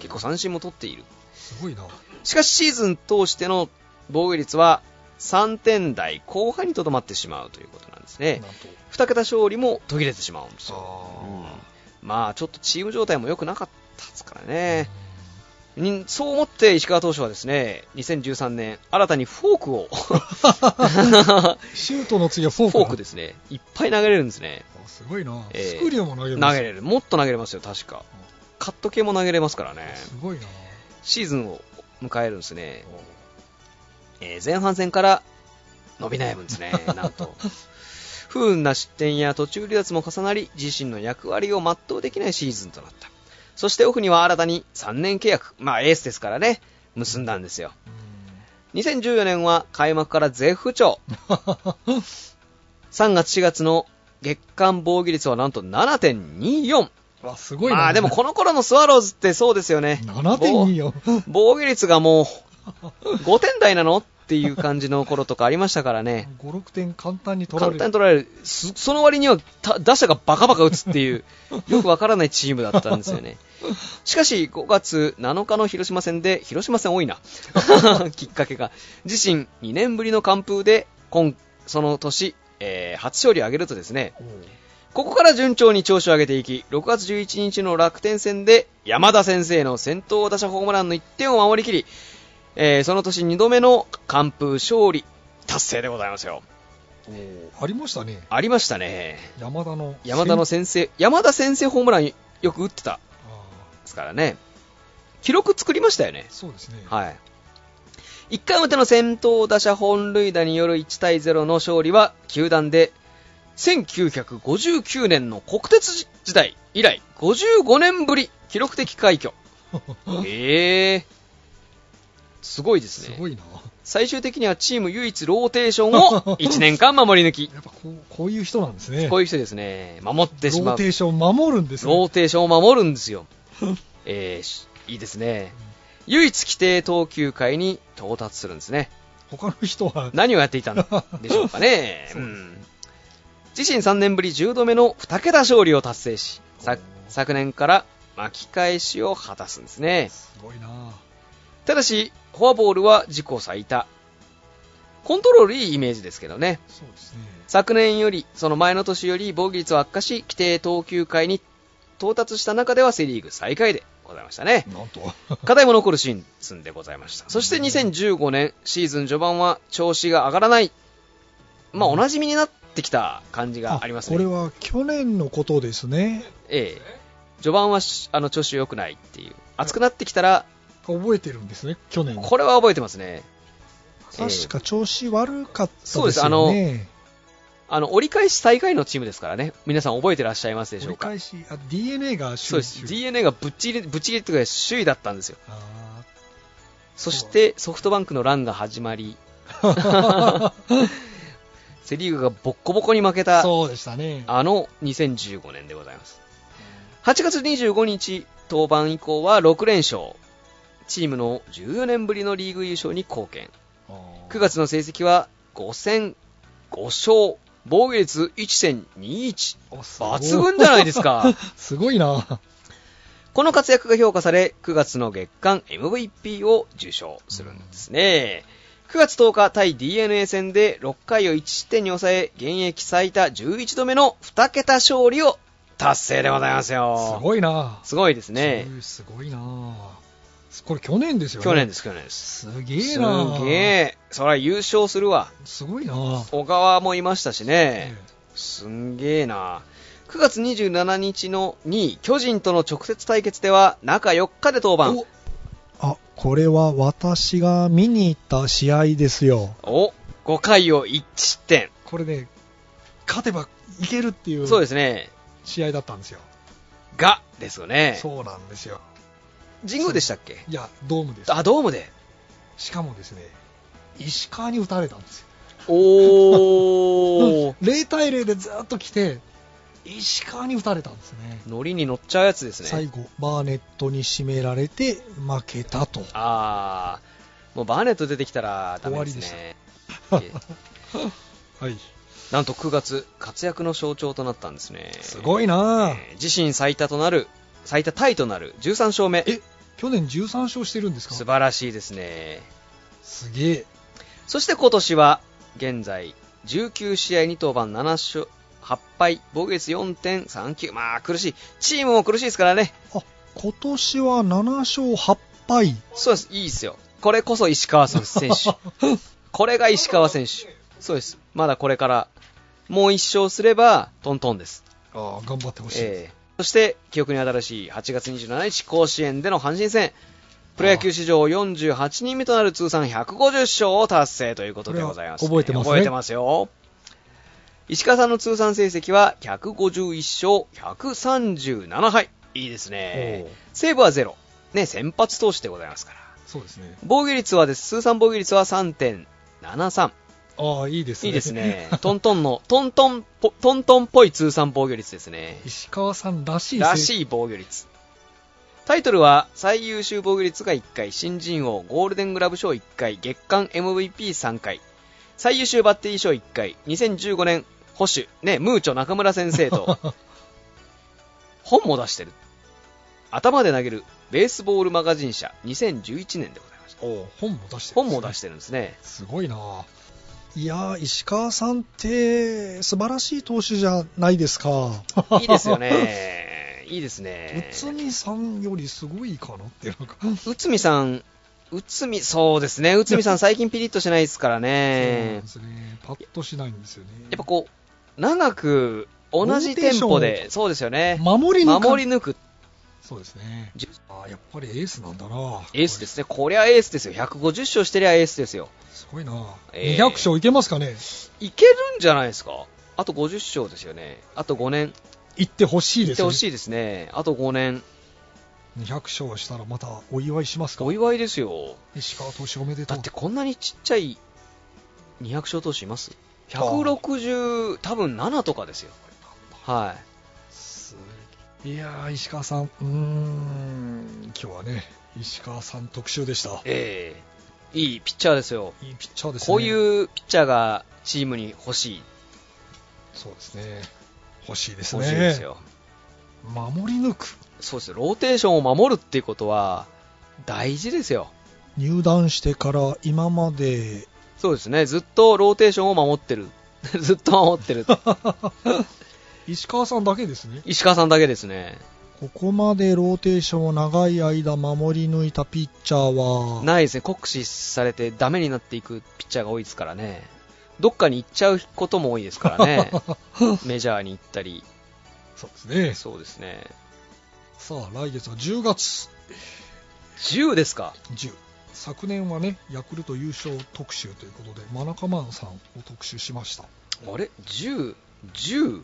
Speaker 3: 結構三振も取っている。
Speaker 2: すごいな
Speaker 3: しかしシーズン通しての防御率は3点台後半にとどまってしまうということなんですね
Speaker 2: な。んと
Speaker 3: 2桁勝利も途切れてしまうんですよ。
Speaker 2: あ
Speaker 3: うんまあちょっとチーム状態も良くなかったですからね。にそう思って石川投手はですね、2013年、新たにフォークを、
Speaker 2: シュートの次はフォーク
Speaker 3: フ
Speaker 2: な
Speaker 3: ォークですね、いっぱい投げれるんですね。
Speaker 2: あすごいな、
Speaker 3: えー
Speaker 2: スクリューも投げる
Speaker 3: 投
Speaker 2: んです
Speaker 3: げれる。もっと投げれますよ、確か。カット系も投げれますからね。
Speaker 2: すごいな
Speaker 3: シーズンを迎えるんですね。えー前半戦から伸び悩むんで すね、なんと。不運な失点や途中離脱も重なり、自身の役割を全うできないシーズンとなった。そしてオフには新たに3年契約、まあエースですからね、結んだんですよ。2014年は開幕から絶不調。3月4月の月間防御率はなんと7.24。
Speaker 2: うんわすごいな
Speaker 3: まあでもこの頃のスワローズってそうです よね。
Speaker 2: 7.2よ
Speaker 3: 防御率がもう5点台なのっていう感じの頃とかありましたからね。
Speaker 2: 56点簡単に 取ら
Speaker 3: 簡
Speaker 2: れ
Speaker 3: 単
Speaker 2: る
Speaker 3: に取られる。そその割にはた打者がバカバカ打つっ ていう、よくわからないチームだったんですよね。しかし、5月7日の広島戦で、広島戦多いな。 きっかけが。自身2年ぶりの完封で、今、その年、えー初勝利を挙げるとですね、ここから順調に調子を上げていき、6月11日の楽天戦で山田先生の先頭打者ホームランの1点を守りきり、えーその年2度目の完封勝利達成でございますよ。
Speaker 2: ありましたね
Speaker 3: ありましたね。
Speaker 2: 山田の
Speaker 3: 山田の
Speaker 2: 先
Speaker 3: 先生、山田先生ホームランよく打ってたん
Speaker 2: あ
Speaker 3: ですからね。記録作りましたよね
Speaker 2: ー。そうですね
Speaker 3: はい。1回表の先頭打者本塁打による1対0の勝利は、球団で1959年の国鉄時代以来55年ぶり記録的快挙。ええすごいです
Speaker 2: す
Speaker 3: ね。
Speaker 2: ごいな
Speaker 3: 最終的にはチーム唯一ローテーション を1年間守り抜き。
Speaker 2: やっぱこうこういう人なんですね
Speaker 3: こういう人ですね。守ってし
Speaker 2: ロ
Speaker 3: ま
Speaker 2: ー
Speaker 3: う。
Speaker 2: テーション守るんです
Speaker 3: ロー
Speaker 2: よ
Speaker 3: テーションを守るんで すよ。えーしいいですね。唯一規定投球回に到達するんですね。
Speaker 2: 他の人は
Speaker 3: 何をやっていたん でしょうかね。うん自身3年ぶり10度目の2桁勝利を達成し、さ昨年から巻き返しを果たすんですね。
Speaker 2: すごいな
Speaker 3: ただし、フォアボールは自己最多。コントロールいいイメージですけどね。
Speaker 2: そうですね
Speaker 3: 昨年より、その前の年より防御率は悪化し、規定投球回に到達した中ではセ・リーグ最下位でございましたね。
Speaker 2: なんと
Speaker 3: 課題も残るシーズンでございました。そして2015年、シーズン序盤は調子が上がらない。まあ、お馴染みになってきた感じがありますね。
Speaker 2: これは去年のことですね
Speaker 3: ええ。序盤はし、あの、調子良くないっていう。熱くなってきたら、
Speaker 2: 覚えてるんですね去年
Speaker 3: これは覚えてますね。
Speaker 2: 確か調子悪かったですよね
Speaker 3: そうですあのあの、折り返し最下位のチームですからね。皆さん覚えてらっしゃいますでし
Speaker 2: 折
Speaker 3: ょう
Speaker 2: り
Speaker 3: か。
Speaker 2: 返しあ DNA が
Speaker 3: そ
Speaker 2: 終
Speaker 3: うです。DNA がぶっちぎり、ぶっちぎりというか首位だったんですよ。
Speaker 2: あ
Speaker 3: そして、ソフトバンクの乱が始ま り、セリーグがボッコボコに負け
Speaker 2: ー
Speaker 3: た
Speaker 2: そうでしたね
Speaker 3: あの2015年でございます。8月25日登板以降は6連勝。チームの14年ぶりのリーグ優勝に貢献。9月の成績は5戦5勝。防御率1.21。抜群じゃないですか。
Speaker 2: すごいな
Speaker 3: この活躍が評価され、9月の月間 MVP を受賞するんですね。9月10日対 DNA 戦で6回を1失点に抑え、現役最多11度目の2桁勝利を達成でございますよ。
Speaker 2: すごいな
Speaker 3: すごいですね。
Speaker 2: すごいなこれ去年ですよね
Speaker 3: 去年です、去年です。
Speaker 2: すげえな
Speaker 3: すげえ。そりゃ優勝するわ。
Speaker 2: すごいな
Speaker 3: 小川もいましたしね
Speaker 2: え。
Speaker 3: すんげえな。9月27日の2位、巨人との直接対決では中4日で登板。
Speaker 2: あこれは私が見に行った試合ですよ
Speaker 3: お5回を1失点。
Speaker 2: これね勝てばいけるっていう
Speaker 3: そうですね。
Speaker 2: 試合だったんですよ、
Speaker 3: が、ですよね。
Speaker 2: そうなんですよ
Speaker 3: 神宮でしたっけ
Speaker 2: いやドームです
Speaker 3: あ、ドームで。
Speaker 2: しかもですね石川に打たれたんですよ
Speaker 3: おー。
Speaker 2: 0対0でずっと来て石川に打たれたんですね
Speaker 3: ノリに乗っちゃうやつです
Speaker 2: 最
Speaker 3: ね。
Speaker 2: 後バーネットに締められて負けたと
Speaker 3: あー。もうバーネット出てきたらダメです
Speaker 2: 終
Speaker 3: ね。え
Speaker 2: はい
Speaker 3: なんと9月、活躍の象徴となったんですね。
Speaker 2: すごいなあ
Speaker 3: えー自身最多となる、最多タイとなる13勝目。
Speaker 2: え去年13勝してるんです
Speaker 3: 素
Speaker 2: か
Speaker 3: 晴らしいですね。
Speaker 2: すげえ
Speaker 3: そして今年は、現在、19試合に登板7勝、8敗、防御率4.39。まあ、苦しい。チームも苦しいですからね。
Speaker 2: あ今年は7勝8ぱい。
Speaker 3: そうです、いいですよ。これこそ石川選手。これが石川選手。そうです。まだこれから、もう一勝すれば、トントンです。
Speaker 2: ああ、頑張ってほしい。
Speaker 3: ええそして、記憶に新しい8月27日、甲子園での阪神戦。プロ野球史上48人目となる通算150勝を達成ということでございます、
Speaker 2: これは覚えてますね
Speaker 3: 覚えてますよ。石川さんの通算成績は151勝137敗。いいですね
Speaker 2: おう。
Speaker 3: セーブはゼロ。ね、先発投手でございますから。
Speaker 2: そうですね。
Speaker 3: 防御率はです。通算防御率は3.73。
Speaker 2: ああ、いいですね。
Speaker 3: いいで すね。トントンの、トントンぽ、トントンっぽい通算防御率ですね。
Speaker 2: 石川さんらしい
Speaker 3: ら
Speaker 2: い。
Speaker 3: しい防御率。タイトルは、最優秀防御率が1回、新人王、ゴールデングラブ賞1回、月間 MVP3 回、最優秀バッテリー賞1回、2015年、保守、ね、ムーチョ中村先 生と、本も出してる。頭で投げる、ベースボールマガジン社、2011年でございました。
Speaker 2: おう本も出してる
Speaker 3: 本も出してるんですね。
Speaker 2: すごいないやー石川さんって素晴らしい投手じゃないですか
Speaker 3: いいです よね。いいですね。
Speaker 2: 内海さんよりすごいかなってなんか
Speaker 3: 内海さん、内海、そうですね。内海さん最近ピリッとしないですから
Speaker 2: そうなん
Speaker 3: ね
Speaker 2: で。すねパッとしないんですよね
Speaker 3: やっぱこう、長く同じテンポ
Speaker 2: ローテーション
Speaker 3: で、そうですよね。
Speaker 2: 守り抜か
Speaker 3: 守り抜く。
Speaker 2: そうですね
Speaker 3: じゅ
Speaker 2: あーやっぱりエースなんだな
Speaker 3: エースですね。こりゃエースですよ。150勝してりゃエースですよ。
Speaker 2: すごいな、
Speaker 3: えー
Speaker 2: 200勝いけますかね
Speaker 3: いけるんじゃないですかあと50勝ですよね。あと5年。
Speaker 2: いってほしい
Speaker 3: い
Speaker 2: で
Speaker 3: って
Speaker 2: すね
Speaker 3: ほしいですね。あと5年。
Speaker 2: 200勝したらまたお祝いしますか
Speaker 3: お祝いですよ。
Speaker 2: 石川投手おめでと
Speaker 3: だ
Speaker 2: う
Speaker 3: ってこんなにちっちゃい200勝投手います160多分7とかですよはい
Speaker 2: やー石川さんうーん今日はね石川さん特集でした
Speaker 3: いええいいピッチャーですよ
Speaker 2: いいピッチャーですね
Speaker 3: こういうピッチャーがチームに欲しい
Speaker 2: そうですね欲しいです
Speaker 3: 欲
Speaker 2: ね
Speaker 3: しいですよ
Speaker 2: 守り抜く
Speaker 3: そうですローテーションを守るっていうことは大事ですよ
Speaker 2: 入団してから今まで
Speaker 3: そうですねずっとローテーションを守ってる ずっと守ってる
Speaker 2: 石川さんだけですね
Speaker 3: 石川さんだけですね
Speaker 2: ここまでローテーションを長い間守り抜いたピッチャーは
Speaker 3: ないですね、酷使されてダメになっていくピッチャーが多いですからね、どっかに行っちゃうことも多いですから ね、メジャーに行ったり、
Speaker 2: そうですね
Speaker 3: そうですね、
Speaker 2: さあ来月は10月
Speaker 3: 10ですか、
Speaker 2: 10昨年はねヤクルト優勝特集ということでマナカマンさんを特集しました
Speaker 3: あれ、10、10、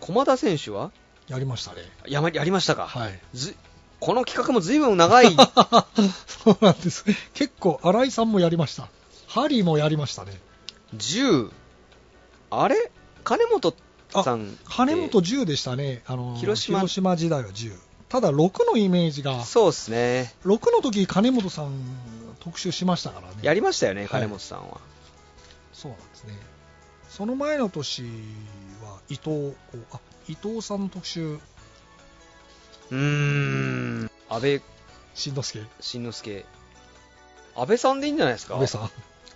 Speaker 3: 駒田選手は
Speaker 2: やりましたね
Speaker 3: やまりありましたか、
Speaker 2: はい
Speaker 3: ずこの企画もずいぶん長い、
Speaker 2: そうなんです。結構、新井さんもやりました。ハリーもやりましたね。
Speaker 3: 10、あれ、金本さん、
Speaker 2: 金本10でしたね。あの広
Speaker 3: 広
Speaker 2: 島
Speaker 3: 島
Speaker 2: 時代は10。ただ、6のイメージが、6
Speaker 3: そうですね、
Speaker 2: の時、金本さん特集しましたからね。
Speaker 3: やりましたよね、
Speaker 2: はい
Speaker 3: 金本さんは。
Speaker 2: そうなんですね。その前の年は、伊藤を、あ、伊藤さんの特集、
Speaker 3: うーん、安倍
Speaker 2: しんのすけ、
Speaker 3: しんのすけ安倍さんでいいんじゃないですか
Speaker 2: 上さん。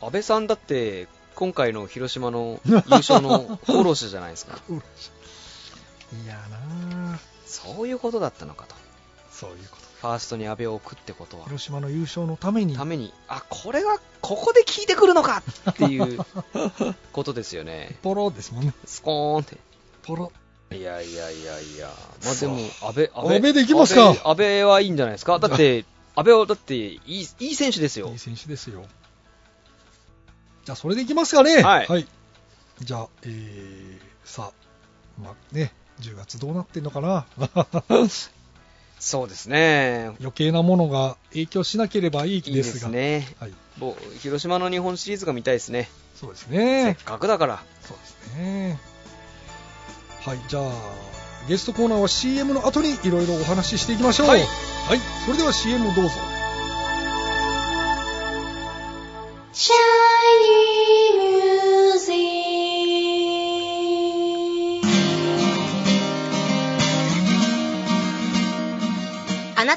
Speaker 3: 安倍さんだって今回の広島 の優勝の功労者じゃないですか
Speaker 2: いやなぁ。
Speaker 3: そういうことだったのかと
Speaker 2: そういうこと。
Speaker 3: ファーストに安倍を置くってことは
Speaker 2: 広島の優勝のために
Speaker 3: た、めにあこれがここで効いてくるのかっていうことですよね
Speaker 2: ポロですもんね。
Speaker 3: スコーンっ
Speaker 2: ポロ。
Speaker 3: ていやいやいやいやまあでも安倍
Speaker 2: 安倍でいきますか
Speaker 3: 安倍安倍はいいんじゃないですかだ って安倍はだっていいいい選手ですよ
Speaker 2: いい選手ですよ。じゃあ、それでいきますかね。
Speaker 3: はい
Speaker 2: じゃあ、えー、さあ、まあね、10月どうなってんのかな。
Speaker 3: そうですね
Speaker 2: 余計なものが影響しなければいい
Speaker 3: いいで
Speaker 2: です
Speaker 3: す
Speaker 2: が。
Speaker 3: ね
Speaker 2: はい。
Speaker 3: もう広島の日本シリーズが見たいですね、
Speaker 2: そうです
Speaker 3: せっ
Speaker 2: ね。
Speaker 3: かくだから、
Speaker 2: そうですね。はい、じゃあ、ゲストコーナーは CM の後にいろいろお話ししていきましょう。
Speaker 3: はい
Speaker 2: はい、それでは CM をどうぞ。
Speaker 1: Shiny music. あな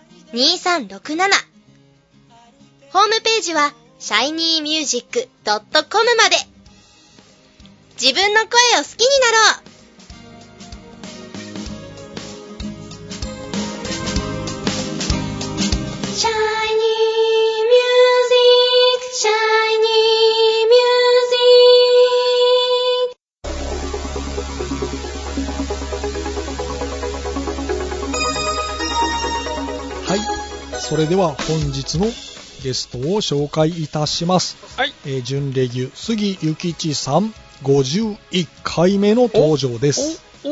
Speaker 1: ホームページは shinymusic.com まで自分の声を好きになろうシャイニーミュージック、シャイニーミュージック。
Speaker 2: はい。それでは本日のゲストを紹介いたします。
Speaker 3: はい。
Speaker 2: えー、準レギュ杉ゆきちさん、51回目の登場です。
Speaker 3: お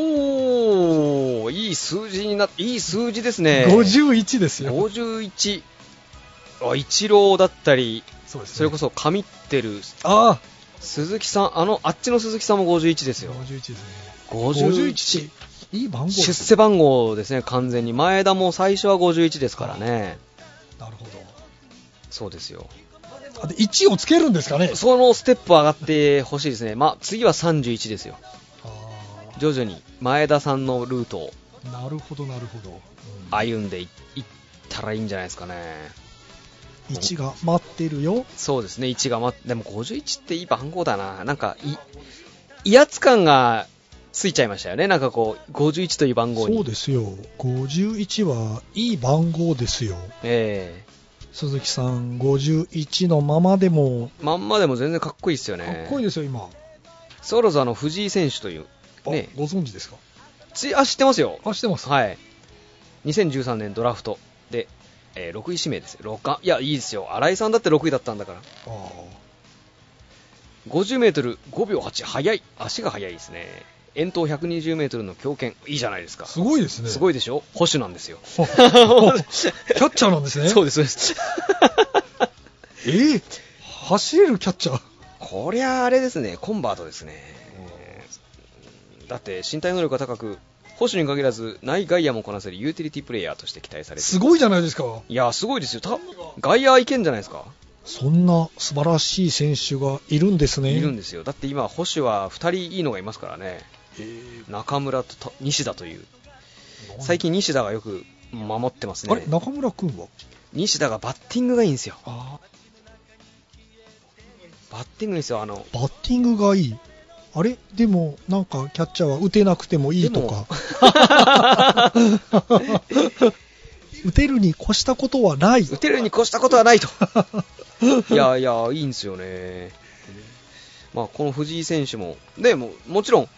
Speaker 3: おーいい数字にな、いい数字ですね。
Speaker 2: 51ですよ。
Speaker 3: 51。あ、一郎だったり、
Speaker 2: そうですね
Speaker 3: それこ。そ神ってる
Speaker 2: あ
Speaker 3: 鈴木さん、あの、あっちの鈴木さんも51です
Speaker 2: あ、
Speaker 3: よ。
Speaker 2: 51ですね。
Speaker 3: 51。
Speaker 2: いい番号
Speaker 3: 出世番号ですね、完全に。前田も最初は51ですからね。
Speaker 2: なるほ
Speaker 3: そうですよ。
Speaker 2: ど。あで1をつけるんですかね。
Speaker 3: そのステップ上がってほしいですね。まあ、次は31ですよ。
Speaker 2: あ
Speaker 3: 徐々に前田さんのルートを
Speaker 2: ーなるほどなるほど。うん
Speaker 3: 歩んでいいったらいいんじゃないですかね。
Speaker 2: 1が待ってるよ。
Speaker 3: そうですね、1がま、でも51っていい番号だな。なんか、い、威圧感がついちゃいましたよね。なんかこう、51という番号に。
Speaker 2: そうですよ。51はいい番号ですよ。
Speaker 3: え
Speaker 2: 鈴木さん、51のままでも、
Speaker 3: えまんまでも全然かっこいいですよね。
Speaker 2: かっこいいですよ、今。
Speaker 3: そろそろあの、藤井選手という、
Speaker 2: あ
Speaker 3: ね
Speaker 2: ご存知ですか
Speaker 3: ち、あ、知ってますよ。
Speaker 2: あ、してます。
Speaker 3: はい。2013年ドラフトで、えー6位指名ですよ。6冠。いや、いいですよ。新井さんだって6位だったんだから。
Speaker 2: あー
Speaker 3: 50メートル5秒8。速い。足が速いですね。遠投120メートルの強肩。いいじゃないですか。
Speaker 2: すごいですね。
Speaker 3: すご
Speaker 2: い。
Speaker 3: いでしょ保守なんですよ。
Speaker 2: キャッチャーなんですね。
Speaker 3: そうです、そうです。
Speaker 2: えー走れるキャッチャー。
Speaker 3: こりゃあれですね、コンバートですね。だって身体能力が高く、保守に限らず内外野もこなせるユーティリティプレイヤーとして期待されて
Speaker 2: す
Speaker 3: る。
Speaker 2: ごいじゃないですか。
Speaker 3: いや、すごいですよ。た外野いけんじゃないですか。
Speaker 2: そんな素晴らしい選手がいるんですね。
Speaker 3: いるんですよ。だって今、保守は2人いいのがいますからね。中村とと西田という。最近西田がよく守ってます
Speaker 2: あれ、
Speaker 3: ね。
Speaker 2: 中村くんは
Speaker 3: 西田がバッティングがいいんですよ。
Speaker 2: あ
Speaker 3: バッティングいいんですよ。あの、
Speaker 2: バッティングがいい。あれでも、なんか、キャッチャーは打てなくてもいいとか。 打てるに越したことはない。
Speaker 3: 打てるに越したこと はないと。いやいや、いいんですよね。まあ、この藤井選手も、ね、もうもちろん、キ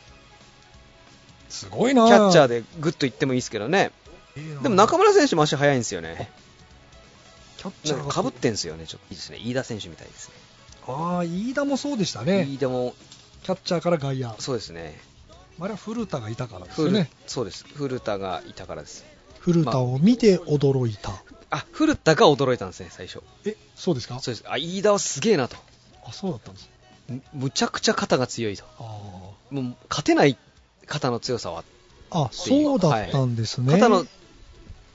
Speaker 2: すごいな
Speaker 3: ャッチャー
Speaker 2: で。
Speaker 3: でグッといってもいいですけどね。で
Speaker 2: で
Speaker 3: も
Speaker 2: も中、
Speaker 3: 中村選手も足早いんですよね。
Speaker 2: キャッチ
Speaker 3: な
Speaker 2: ャー
Speaker 3: ん
Speaker 2: が
Speaker 3: かかぶってんですよね。ちょっといいですね。飯田選手みたいですね。
Speaker 2: ああ、飯田もそうでしたね。
Speaker 3: 飯田も、
Speaker 2: キャッチャーから外野。
Speaker 3: そうですね。
Speaker 2: あれは古田がいたからですよ
Speaker 3: 古
Speaker 2: ね。
Speaker 3: そうです。古田がいたからです。
Speaker 2: 古田を見て驚いた。
Speaker 3: あ、古田が驚いたんですね、最初。
Speaker 2: え、そうですか
Speaker 3: そうです。あ、飯田はすげえなと。
Speaker 2: あ、そうだったんです。
Speaker 3: むむちゃくちゃ肩が強いと。
Speaker 2: あ
Speaker 3: もう、勝てない肩の強さは
Speaker 2: あ。あ、そうだったんですね。
Speaker 3: 肩の、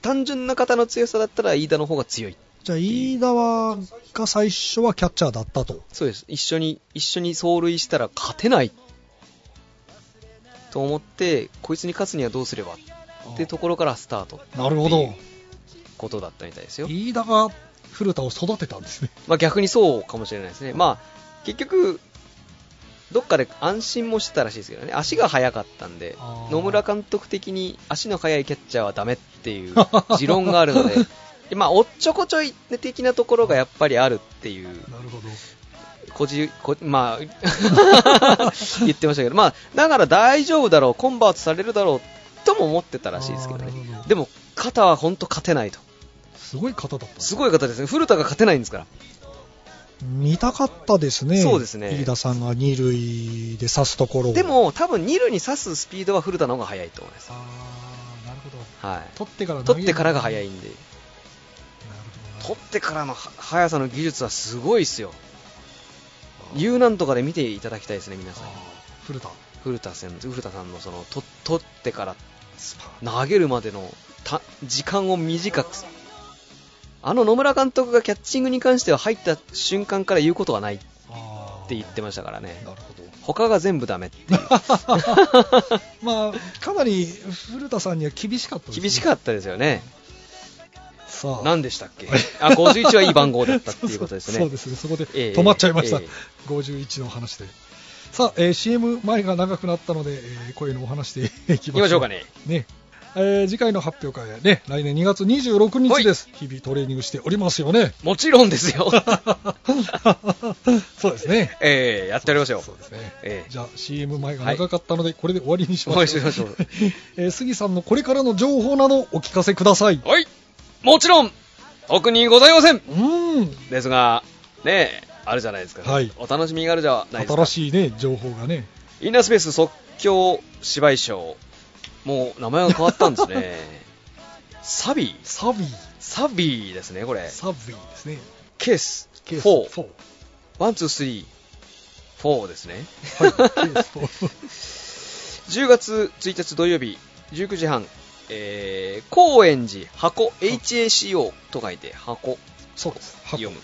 Speaker 3: 単純な肩の強さだったら飯田の方が強い。
Speaker 2: じゃあ、飯田は、が最初はキャッチャーだったと。
Speaker 3: そうです。一緒に、一緒に走塁したら勝てない。と思って、こいつに勝つにはどうすればってところからスタート。
Speaker 2: なるほ
Speaker 3: ってい
Speaker 2: ど
Speaker 3: う。ことだったみたいですよ。
Speaker 2: 飯田が古田を育てたんですね。
Speaker 3: まあ逆にそうかもしれないですね。まあ、結局、どっかで安心もしてたらしいですけどね。足が速かったんで
Speaker 2: あ、ー
Speaker 3: 野村監督的に足の速いキャッチャーはダメっ ていう持論があるので、でまあ、おっちょこちょい的なところがやっぱりあるっていう
Speaker 2: なるほど。
Speaker 3: こじ、こまあ、 言ってましたけど、まあ、だから大丈夫だろう、コンバートされるだろうとも思ってたらしいですけど
Speaker 2: あー
Speaker 3: ね
Speaker 2: なるほ。ど
Speaker 3: でも、肩は本当勝てないと。
Speaker 2: すごい方だったんです
Speaker 3: すごい方ですね。古田が勝てないんですから。
Speaker 2: 見たかったですね。
Speaker 3: そうですね
Speaker 2: 飯田さんが二塁で刺すところを。
Speaker 3: で、も、多分、二塁に刺すスピードは古田の方が速いと思います。
Speaker 2: あーなるほど。
Speaker 3: は
Speaker 2: 取ってから
Speaker 3: い。取ってからが速
Speaker 2: い。
Speaker 3: いんで、
Speaker 2: なるほど
Speaker 3: 取ってからのは速さの技術はすごいですよ。U なんとかで見ていただきたいですね、皆さん
Speaker 2: な。。あー古田。
Speaker 3: 古田さん古田さんのその、と取ってから
Speaker 2: スパ
Speaker 3: 投げるまでのた時間を短くすあの野村監督がキャッチングに関しては入った瞬間から言うことはないって
Speaker 2: あー
Speaker 3: 言ってましたからね。
Speaker 2: なる ほど。
Speaker 3: 他が全部ダメっていう。
Speaker 2: まあ、かなり古田さんには厳しかったですね。
Speaker 3: 厳しかったですよね。
Speaker 2: さあ。
Speaker 3: 何でしたっけあ、51はいい番号だったっていうことですね。
Speaker 2: そうですね。そこで
Speaker 3: ええ
Speaker 2: 止まっちゃいました。
Speaker 3: え
Speaker 2: 51の話で。さあ、えー CM 前が長くなったので、えー、こういうのをお話していきま
Speaker 3: 行き
Speaker 2: しょう。
Speaker 3: ましょうか。ね。
Speaker 2: ね。えー次回の発表会はね、来年2月26日です。日々トレーニングしておりますよね。
Speaker 3: もちろんですよ。
Speaker 2: そうですね。
Speaker 3: ええやっておりますよ。
Speaker 2: そうですね。
Speaker 3: ええ
Speaker 2: じゃあ CM 前が長かったので、これで終わりにしましょう。
Speaker 3: 終わりにしましょう
Speaker 2: えー杉さんのこれからの情報などお聞かせください。
Speaker 3: はい。もちろん、特にございません。
Speaker 2: うーん。
Speaker 3: ですが、ねえ、あるじゃないですか。
Speaker 2: はい
Speaker 3: お楽しみがあるじゃないですか
Speaker 2: 新。しいね、情報がね。
Speaker 3: インナースペース即興芝居賞。もう名前が変わったんで すね。サビー
Speaker 2: サビー。
Speaker 3: サビーですね、これ。
Speaker 2: サビーですね。
Speaker 3: ケース
Speaker 2: ケース
Speaker 3: 4。
Speaker 2: 4。
Speaker 3: ワン、ツー、スリー。4ですね。
Speaker 2: はい、ケース4。
Speaker 3: 10月1日土曜日19時半、えー、高円寺箱 HACO と書いて箱
Speaker 2: そうです。
Speaker 3: 読む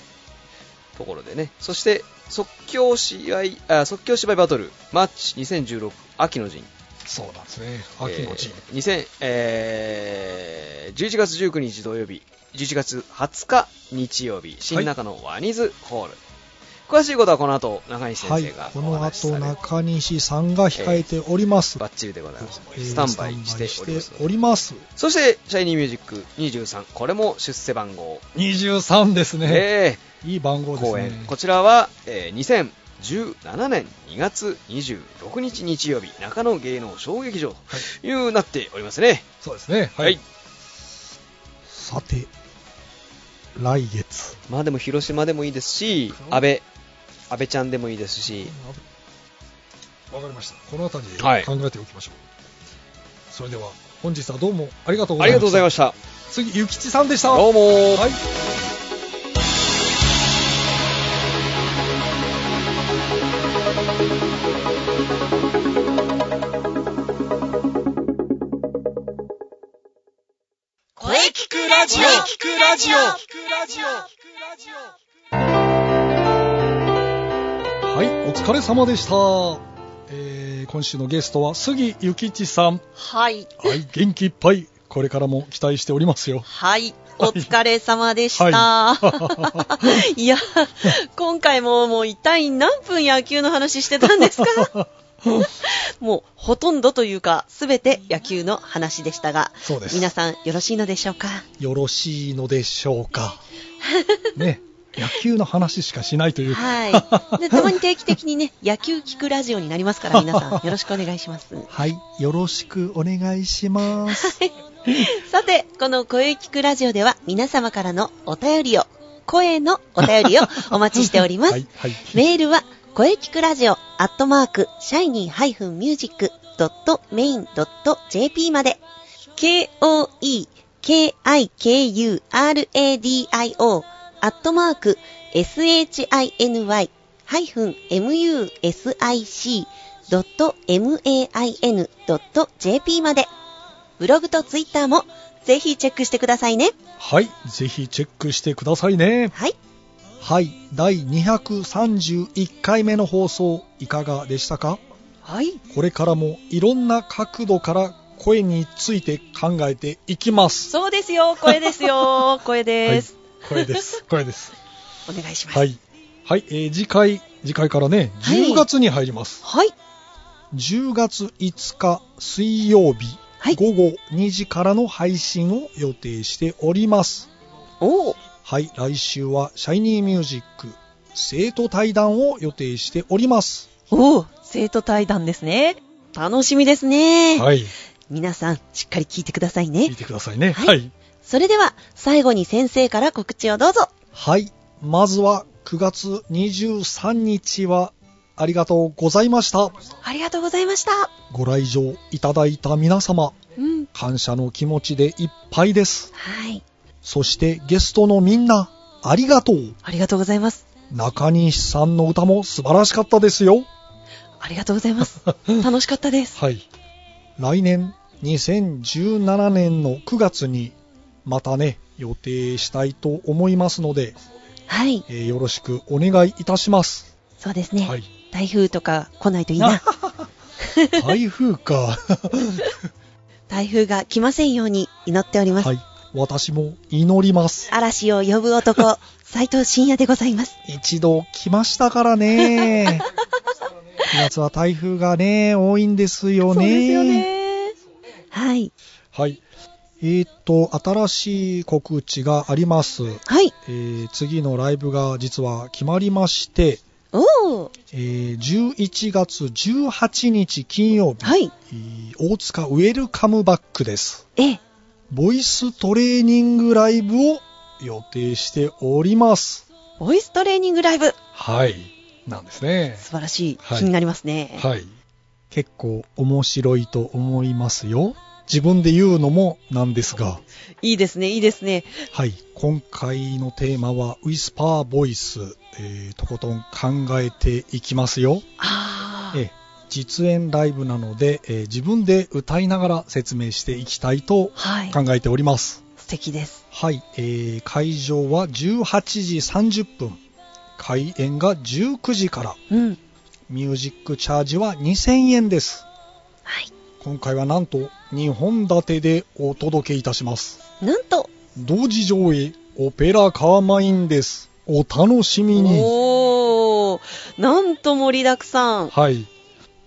Speaker 3: ところでねそして即興試合あ即興芝居バトルマッチ2016秋の陣
Speaker 2: そうなんですね。秋のチーム。
Speaker 3: えー2000えー11月19日土曜日11月20日日曜日新中野ワニズホール、詳しいことはこの後中西
Speaker 2: は
Speaker 3: 先
Speaker 2: い
Speaker 3: 生が、
Speaker 2: こ
Speaker 3: お
Speaker 2: の
Speaker 3: 話しさ
Speaker 2: 後
Speaker 3: れる、
Speaker 2: 中西さんが控えております。
Speaker 3: バッチリでございます
Speaker 2: えー
Speaker 3: スタンバイしております
Speaker 2: スタンバイしております。
Speaker 3: そして、シャイニーミュージック23、これも出世番号。
Speaker 2: 23ですね。
Speaker 3: え
Speaker 2: いい番
Speaker 3: ー
Speaker 2: 号です
Speaker 3: 公演
Speaker 2: ね。。
Speaker 3: こちらは、えー2017年2月26日日曜日、中野芸能小劇場というなっておりますね。
Speaker 2: そうですね。はい。
Speaker 3: はい
Speaker 2: さて、来月。
Speaker 3: まあでも広島でもいいですし、安倍、安倍ちゃんでもいいですし、
Speaker 2: わかりました。この辺りで考
Speaker 3: はい
Speaker 2: えておきましょう。それでは、本日はどうもありがとうご
Speaker 3: あ
Speaker 2: ざいました。
Speaker 3: りがとうございま
Speaker 2: し
Speaker 3: した。
Speaker 2: た。次、ゆきちさんでした。
Speaker 3: どうもー
Speaker 2: はい。
Speaker 1: 声聞くラジオ聞くラジオ
Speaker 2: はい、お疲れ様でした。えー、今週のゲストは杉ゆきちさん。
Speaker 4: はい。
Speaker 2: はい、元気いっぱい。これからも期待しておりますよ。
Speaker 4: はい。お疲れ様でした。、
Speaker 2: はい
Speaker 4: や、今回ももう一体何分野球の話してたんで すかもうほとんどというか、すべて野球の話でしたが、
Speaker 2: そうです。
Speaker 4: 皆さんよろしいのでしょうか
Speaker 2: よろしいのでしょうか。ね、野球の話しかしないという。
Speaker 4: はい。で、たまに定期的 にね、野球聞くラジオになりますから、皆さんよろしくお願い します。
Speaker 2: はい、よろしくお願いします。
Speaker 4: さて、この声聞くラジオでは皆様からのお便りを、声のお便りをお待ちしております。
Speaker 2: はい、はい。
Speaker 4: メールは、声聞くラジオ、アットマーク、シャイニー -music.main.jp まで、k-o-e-k-i-k-u-r-a-d-i-o、アットマーク、shiny-music.main.jp まで、ブログとツイッターも、ぜひチェックしてくださいね。
Speaker 2: はい、ぜひチェックしてくださいね。
Speaker 4: はい。
Speaker 2: はい、第231回目の放送、いかがでしたか
Speaker 4: はい。
Speaker 2: これからもいろんな角度から声について考えていきます。
Speaker 4: そうですよ、声ですよ、声です。
Speaker 2: 声 です。声です。
Speaker 4: お願いします。
Speaker 2: はい。はい、えー次回、次回からね、
Speaker 4: はい
Speaker 2: 10月に入ります。
Speaker 4: はい。
Speaker 2: 10月5日水曜日、
Speaker 4: はい
Speaker 2: 午後2時からの配信を予定しております。
Speaker 4: おお。
Speaker 2: はい、来週はシャイニーミュージック生徒対談を予定しております。
Speaker 4: おお、生徒対談ですね。楽しみですね。
Speaker 2: はい、
Speaker 4: 皆さん、しっかり聞いてください
Speaker 2: 聞い
Speaker 4: ね。
Speaker 2: てくださいね。
Speaker 4: はい
Speaker 2: はい。
Speaker 4: それでは、最後に先生から告知をどうぞ。
Speaker 2: はい、まずは9月23日はありがとうございました。
Speaker 4: ありがとうございました。
Speaker 2: ご来場いただいた皆様、
Speaker 4: うん。
Speaker 2: 感謝の気持ちでいっぱいです。
Speaker 4: はい。
Speaker 2: そしてゲストのみんな、ありがとう。
Speaker 4: ありがとうございます。
Speaker 2: 中西さんの歌も素晴らしかったですよ。
Speaker 4: ありがとうござ います。楽しかったです。
Speaker 2: はい。来年、2017年の9月に、またね、予定したいと思いますので、
Speaker 4: はい。
Speaker 2: えーよろしくお願いいたします。
Speaker 4: そうですね。
Speaker 2: はい。
Speaker 4: 台風とか来ないといいな。
Speaker 2: 台風か。
Speaker 4: 台風が来ませんように祈っております。
Speaker 2: はい。私も祈ります。
Speaker 4: 嵐を呼 ぶ男、斉藤慎也でございます。
Speaker 2: 一度来ましたから ね。9月は台風がね、多いんですよね。
Speaker 4: そうですよね。はい。
Speaker 2: はい。えっ、と、新しい告知があります。
Speaker 4: はい。
Speaker 2: えー次のライブが実は決まりまして、
Speaker 4: おー。
Speaker 2: えー11月18日金曜日、
Speaker 4: はい。
Speaker 2: えー大塚ウェルカムバックです。
Speaker 4: ええ。
Speaker 2: ボイストレーニングライブを予定しております。
Speaker 4: ボイストレーニングライブ。
Speaker 2: はい。なんですね。
Speaker 4: 素晴らしい。
Speaker 2: はい
Speaker 4: 気になりますね。
Speaker 2: はい。結構面白いと思いますよ。自分で言うのもなんですが。
Speaker 4: いいですね、いいですね。
Speaker 2: はい、今回のテーマはウィスパーボイス、えーとことん考えていきますよ。
Speaker 4: あ
Speaker 2: え
Speaker 4: ー。
Speaker 2: え実演ライブなので、えー自分で歌いながら説明していきたいと
Speaker 4: はい。
Speaker 2: 考えております。
Speaker 4: 素敵です。
Speaker 2: はい、えー会場は18時30分、開演が19時から、
Speaker 4: うん。
Speaker 2: ミュージックチャージは2000円です。
Speaker 4: はい。
Speaker 2: 今回はなんと2本立てでお届けいたします。
Speaker 4: なんと、
Speaker 2: 同時上映オペラカーマインですお楽しみに
Speaker 4: おー。なんと盛りだくさん。
Speaker 2: はい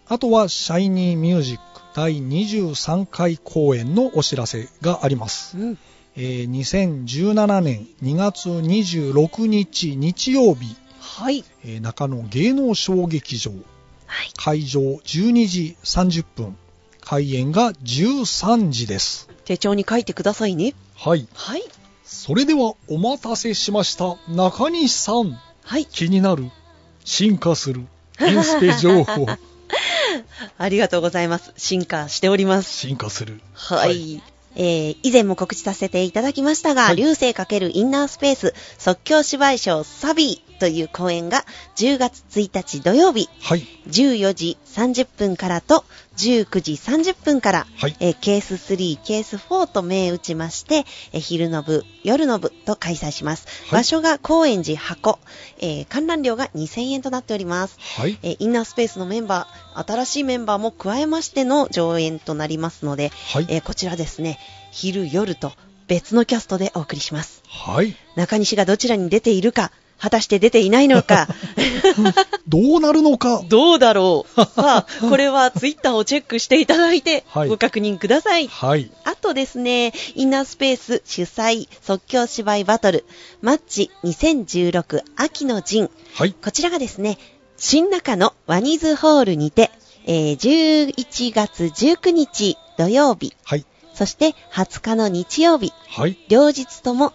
Speaker 2: あとは「シャイニーミュージック」第23回公演のお知らせがあります、
Speaker 4: うん。
Speaker 2: えー2017年2月26日日曜日、
Speaker 4: はい。
Speaker 2: えー中野芸能小劇場
Speaker 4: はい。
Speaker 2: 会場12時30分開演が13時です
Speaker 4: 手帳に書いてくださいね。
Speaker 2: はい
Speaker 4: はい。
Speaker 2: それではお待たせしました中西さん
Speaker 4: はい。
Speaker 2: 気になる進化するインスペ情 報
Speaker 4: ありがとうございます。進化しております。
Speaker 2: 進化する
Speaker 4: はい。
Speaker 2: はい
Speaker 4: えー、以前も告知させていただきましたが、
Speaker 2: はい
Speaker 4: 流星×インナースペース即興芝居賞サビーという公演が10月1日土曜日
Speaker 2: はい
Speaker 4: 14時30分からと19時30分から、
Speaker 2: はい
Speaker 4: えーケース3、ケース4と銘打ちまして、えー昼の部、夜の部と開催します。
Speaker 2: はい
Speaker 4: 場所が高円寺箱、えー観覧料が2000円となっております。
Speaker 2: はい
Speaker 4: えーインナースペースのメンバー、新しいメンバーも加えましての上演となりますので、
Speaker 2: はい
Speaker 4: えーこちらですね、昼夜と別のキャストでお送りします。
Speaker 2: はい
Speaker 4: 中西がどちらに出ているか、果たして出ていない のか、
Speaker 2: どうなるのか
Speaker 4: どうだろ う。さあ、これはツイッターをチェックしていただいて、
Speaker 2: はい
Speaker 4: ご確認ください。
Speaker 2: はい
Speaker 4: あとですね、インナースペース主催即興芝居バトル、マッチ2016秋の陣、
Speaker 2: はい
Speaker 4: こちらがですね、新中野ワニズホールにて、えー11月19日土曜日、
Speaker 2: はい
Speaker 4: そして20日の日曜日、
Speaker 2: はい
Speaker 4: 両日とも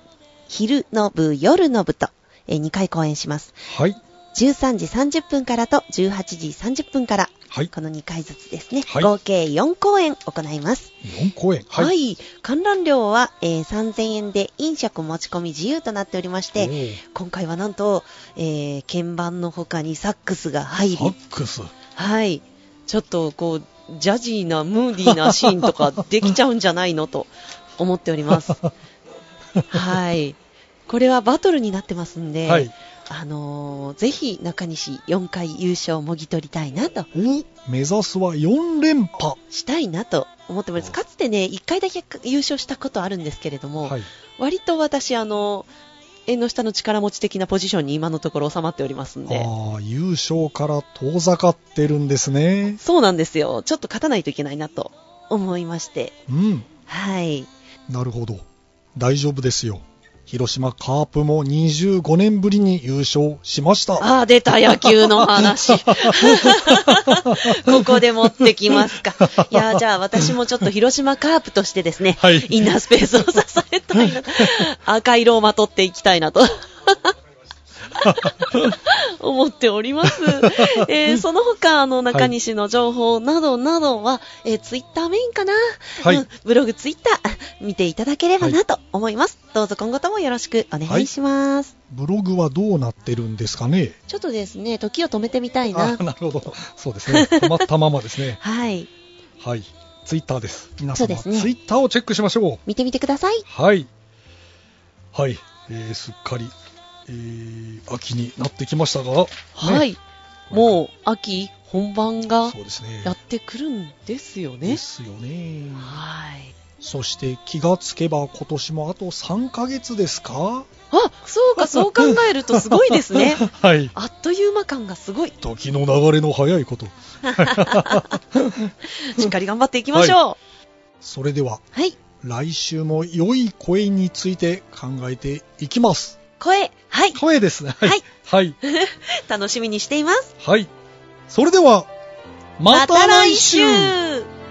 Speaker 4: 昼の部、夜の部と、え2回公演します。
Speaker 2: はい
Speaker 4: 13時30分からと18時30分から、
Speaker 2: はい
Speaker 4: この2回ずつですね、
Speaker 2: はい
Speaker 4: 合計4公演行います。
Speaker 2: 4公演
Speaker 4: はい、
Speaker 2: はい
Speaker 4: 観覧料は、えー3000円で飲食持ち込み自由となっておりまし
Speaker 2: お
Speaker 4: て、
Speaker 2: ー
Speaker 4: 今回はなんと、えー鍵盤の他にサックスが入
Speaker 2: サ
Speaker 4: り、
Speaker 2: ックス
Speaker 4: はい、ちょっとこう、ジャジーな、ムーディーなシーンとかできちゃうんじゃないのと思ってお ります。はい。これはバトルになってますんで、
Speaker 2: はい
Speaker 4: あのーぜひ中西4回優勝をもぎ取りたいなと、
Speaker 2: お目指すは4連覇
Speaker 4: したいなと思っております。かつてね、1回だけ優勝したことあるんですけれども、
Speaker 2: はい
Speaker 4: 割と私、あの、縁の下の力持ち的なポジションに今のところ収まっておりますんで、
Speaker 2: ああ優勝から遠ざかってるんですね
Speaker 4: そうなんですよ。ちょっと勝たないといけないなと思いまして、
Speaker 2: うん
Speaker 4: はい。
Speaker 2: なるほど大丈夫ですよ広島カープも25年ぶりに優勝しました
Speaker 4: ああ、出た、野球の 話。 ここで持ってきますか。いやー、じゃあ私もちょっと広島カープとしてですね、
Speaker 2: はい
Speaker 4: インナースペースを支えたいな。赤色をまとっていきたい なと。思っております。えーその他、あの、中西の情報などなどは、えツイッター Twitter メインかな、
Speaker 2: はい
Speaker 4: うんブログ、ツイッター、見ていただければなと思います。どうぞ今後ともよろしくお願いします。
Speaker 2: ブログはどうなってるんですかね
Speaker 4: ちょっとですね、時を止めてみたい
Speaker 2: あ
Speaker 4: な。。
Speaker 2: なるほど。そうですね。止まったままですね
Speaker 4: はい。
Speaker 2: はい。ツイッターです。皆
Speaker 4: そう
Speaker 2: 様、
Speaker 4: ですね
Speaker 2: ツイッターをチェックしましょう。
Speaker 4: 見てみてください。
Speaker 2: はい。はい、えー、すっかり、えー、秋になってきましたが、ね
Speaker 4: はい。もう秋本番が
Speaker 2: そうですね
Speaker 4: やってくるんですよ
Speaker 2: で
Speaker 4: ね。
Speaker 2: すよね
Speaker 4: はい。
Speaker 2: そして気がつけば今年もあと3ヶ月ですか
Speaker 4: あ、そうか、そう考えるとすごいです ね。
Speaker 2: はい
Speaker 4: あっという間感がすごい。
Speaker 2: 時の流れの早いこと
Speaker 4: しっかり頑張っていきましょ
Speaker 2: それでは
Speaker 4: う。はい。
Speaker 2: 来週も良い声について考えていきます
Speaker 4: 声、はい。
Speaker 2: 声ですね
Speaker 4: はい
Speaker 2: はい、
Speaker 4: 楽しみにしています。
Speaker 2: はい、それではまた来週
Speaker 4: また来週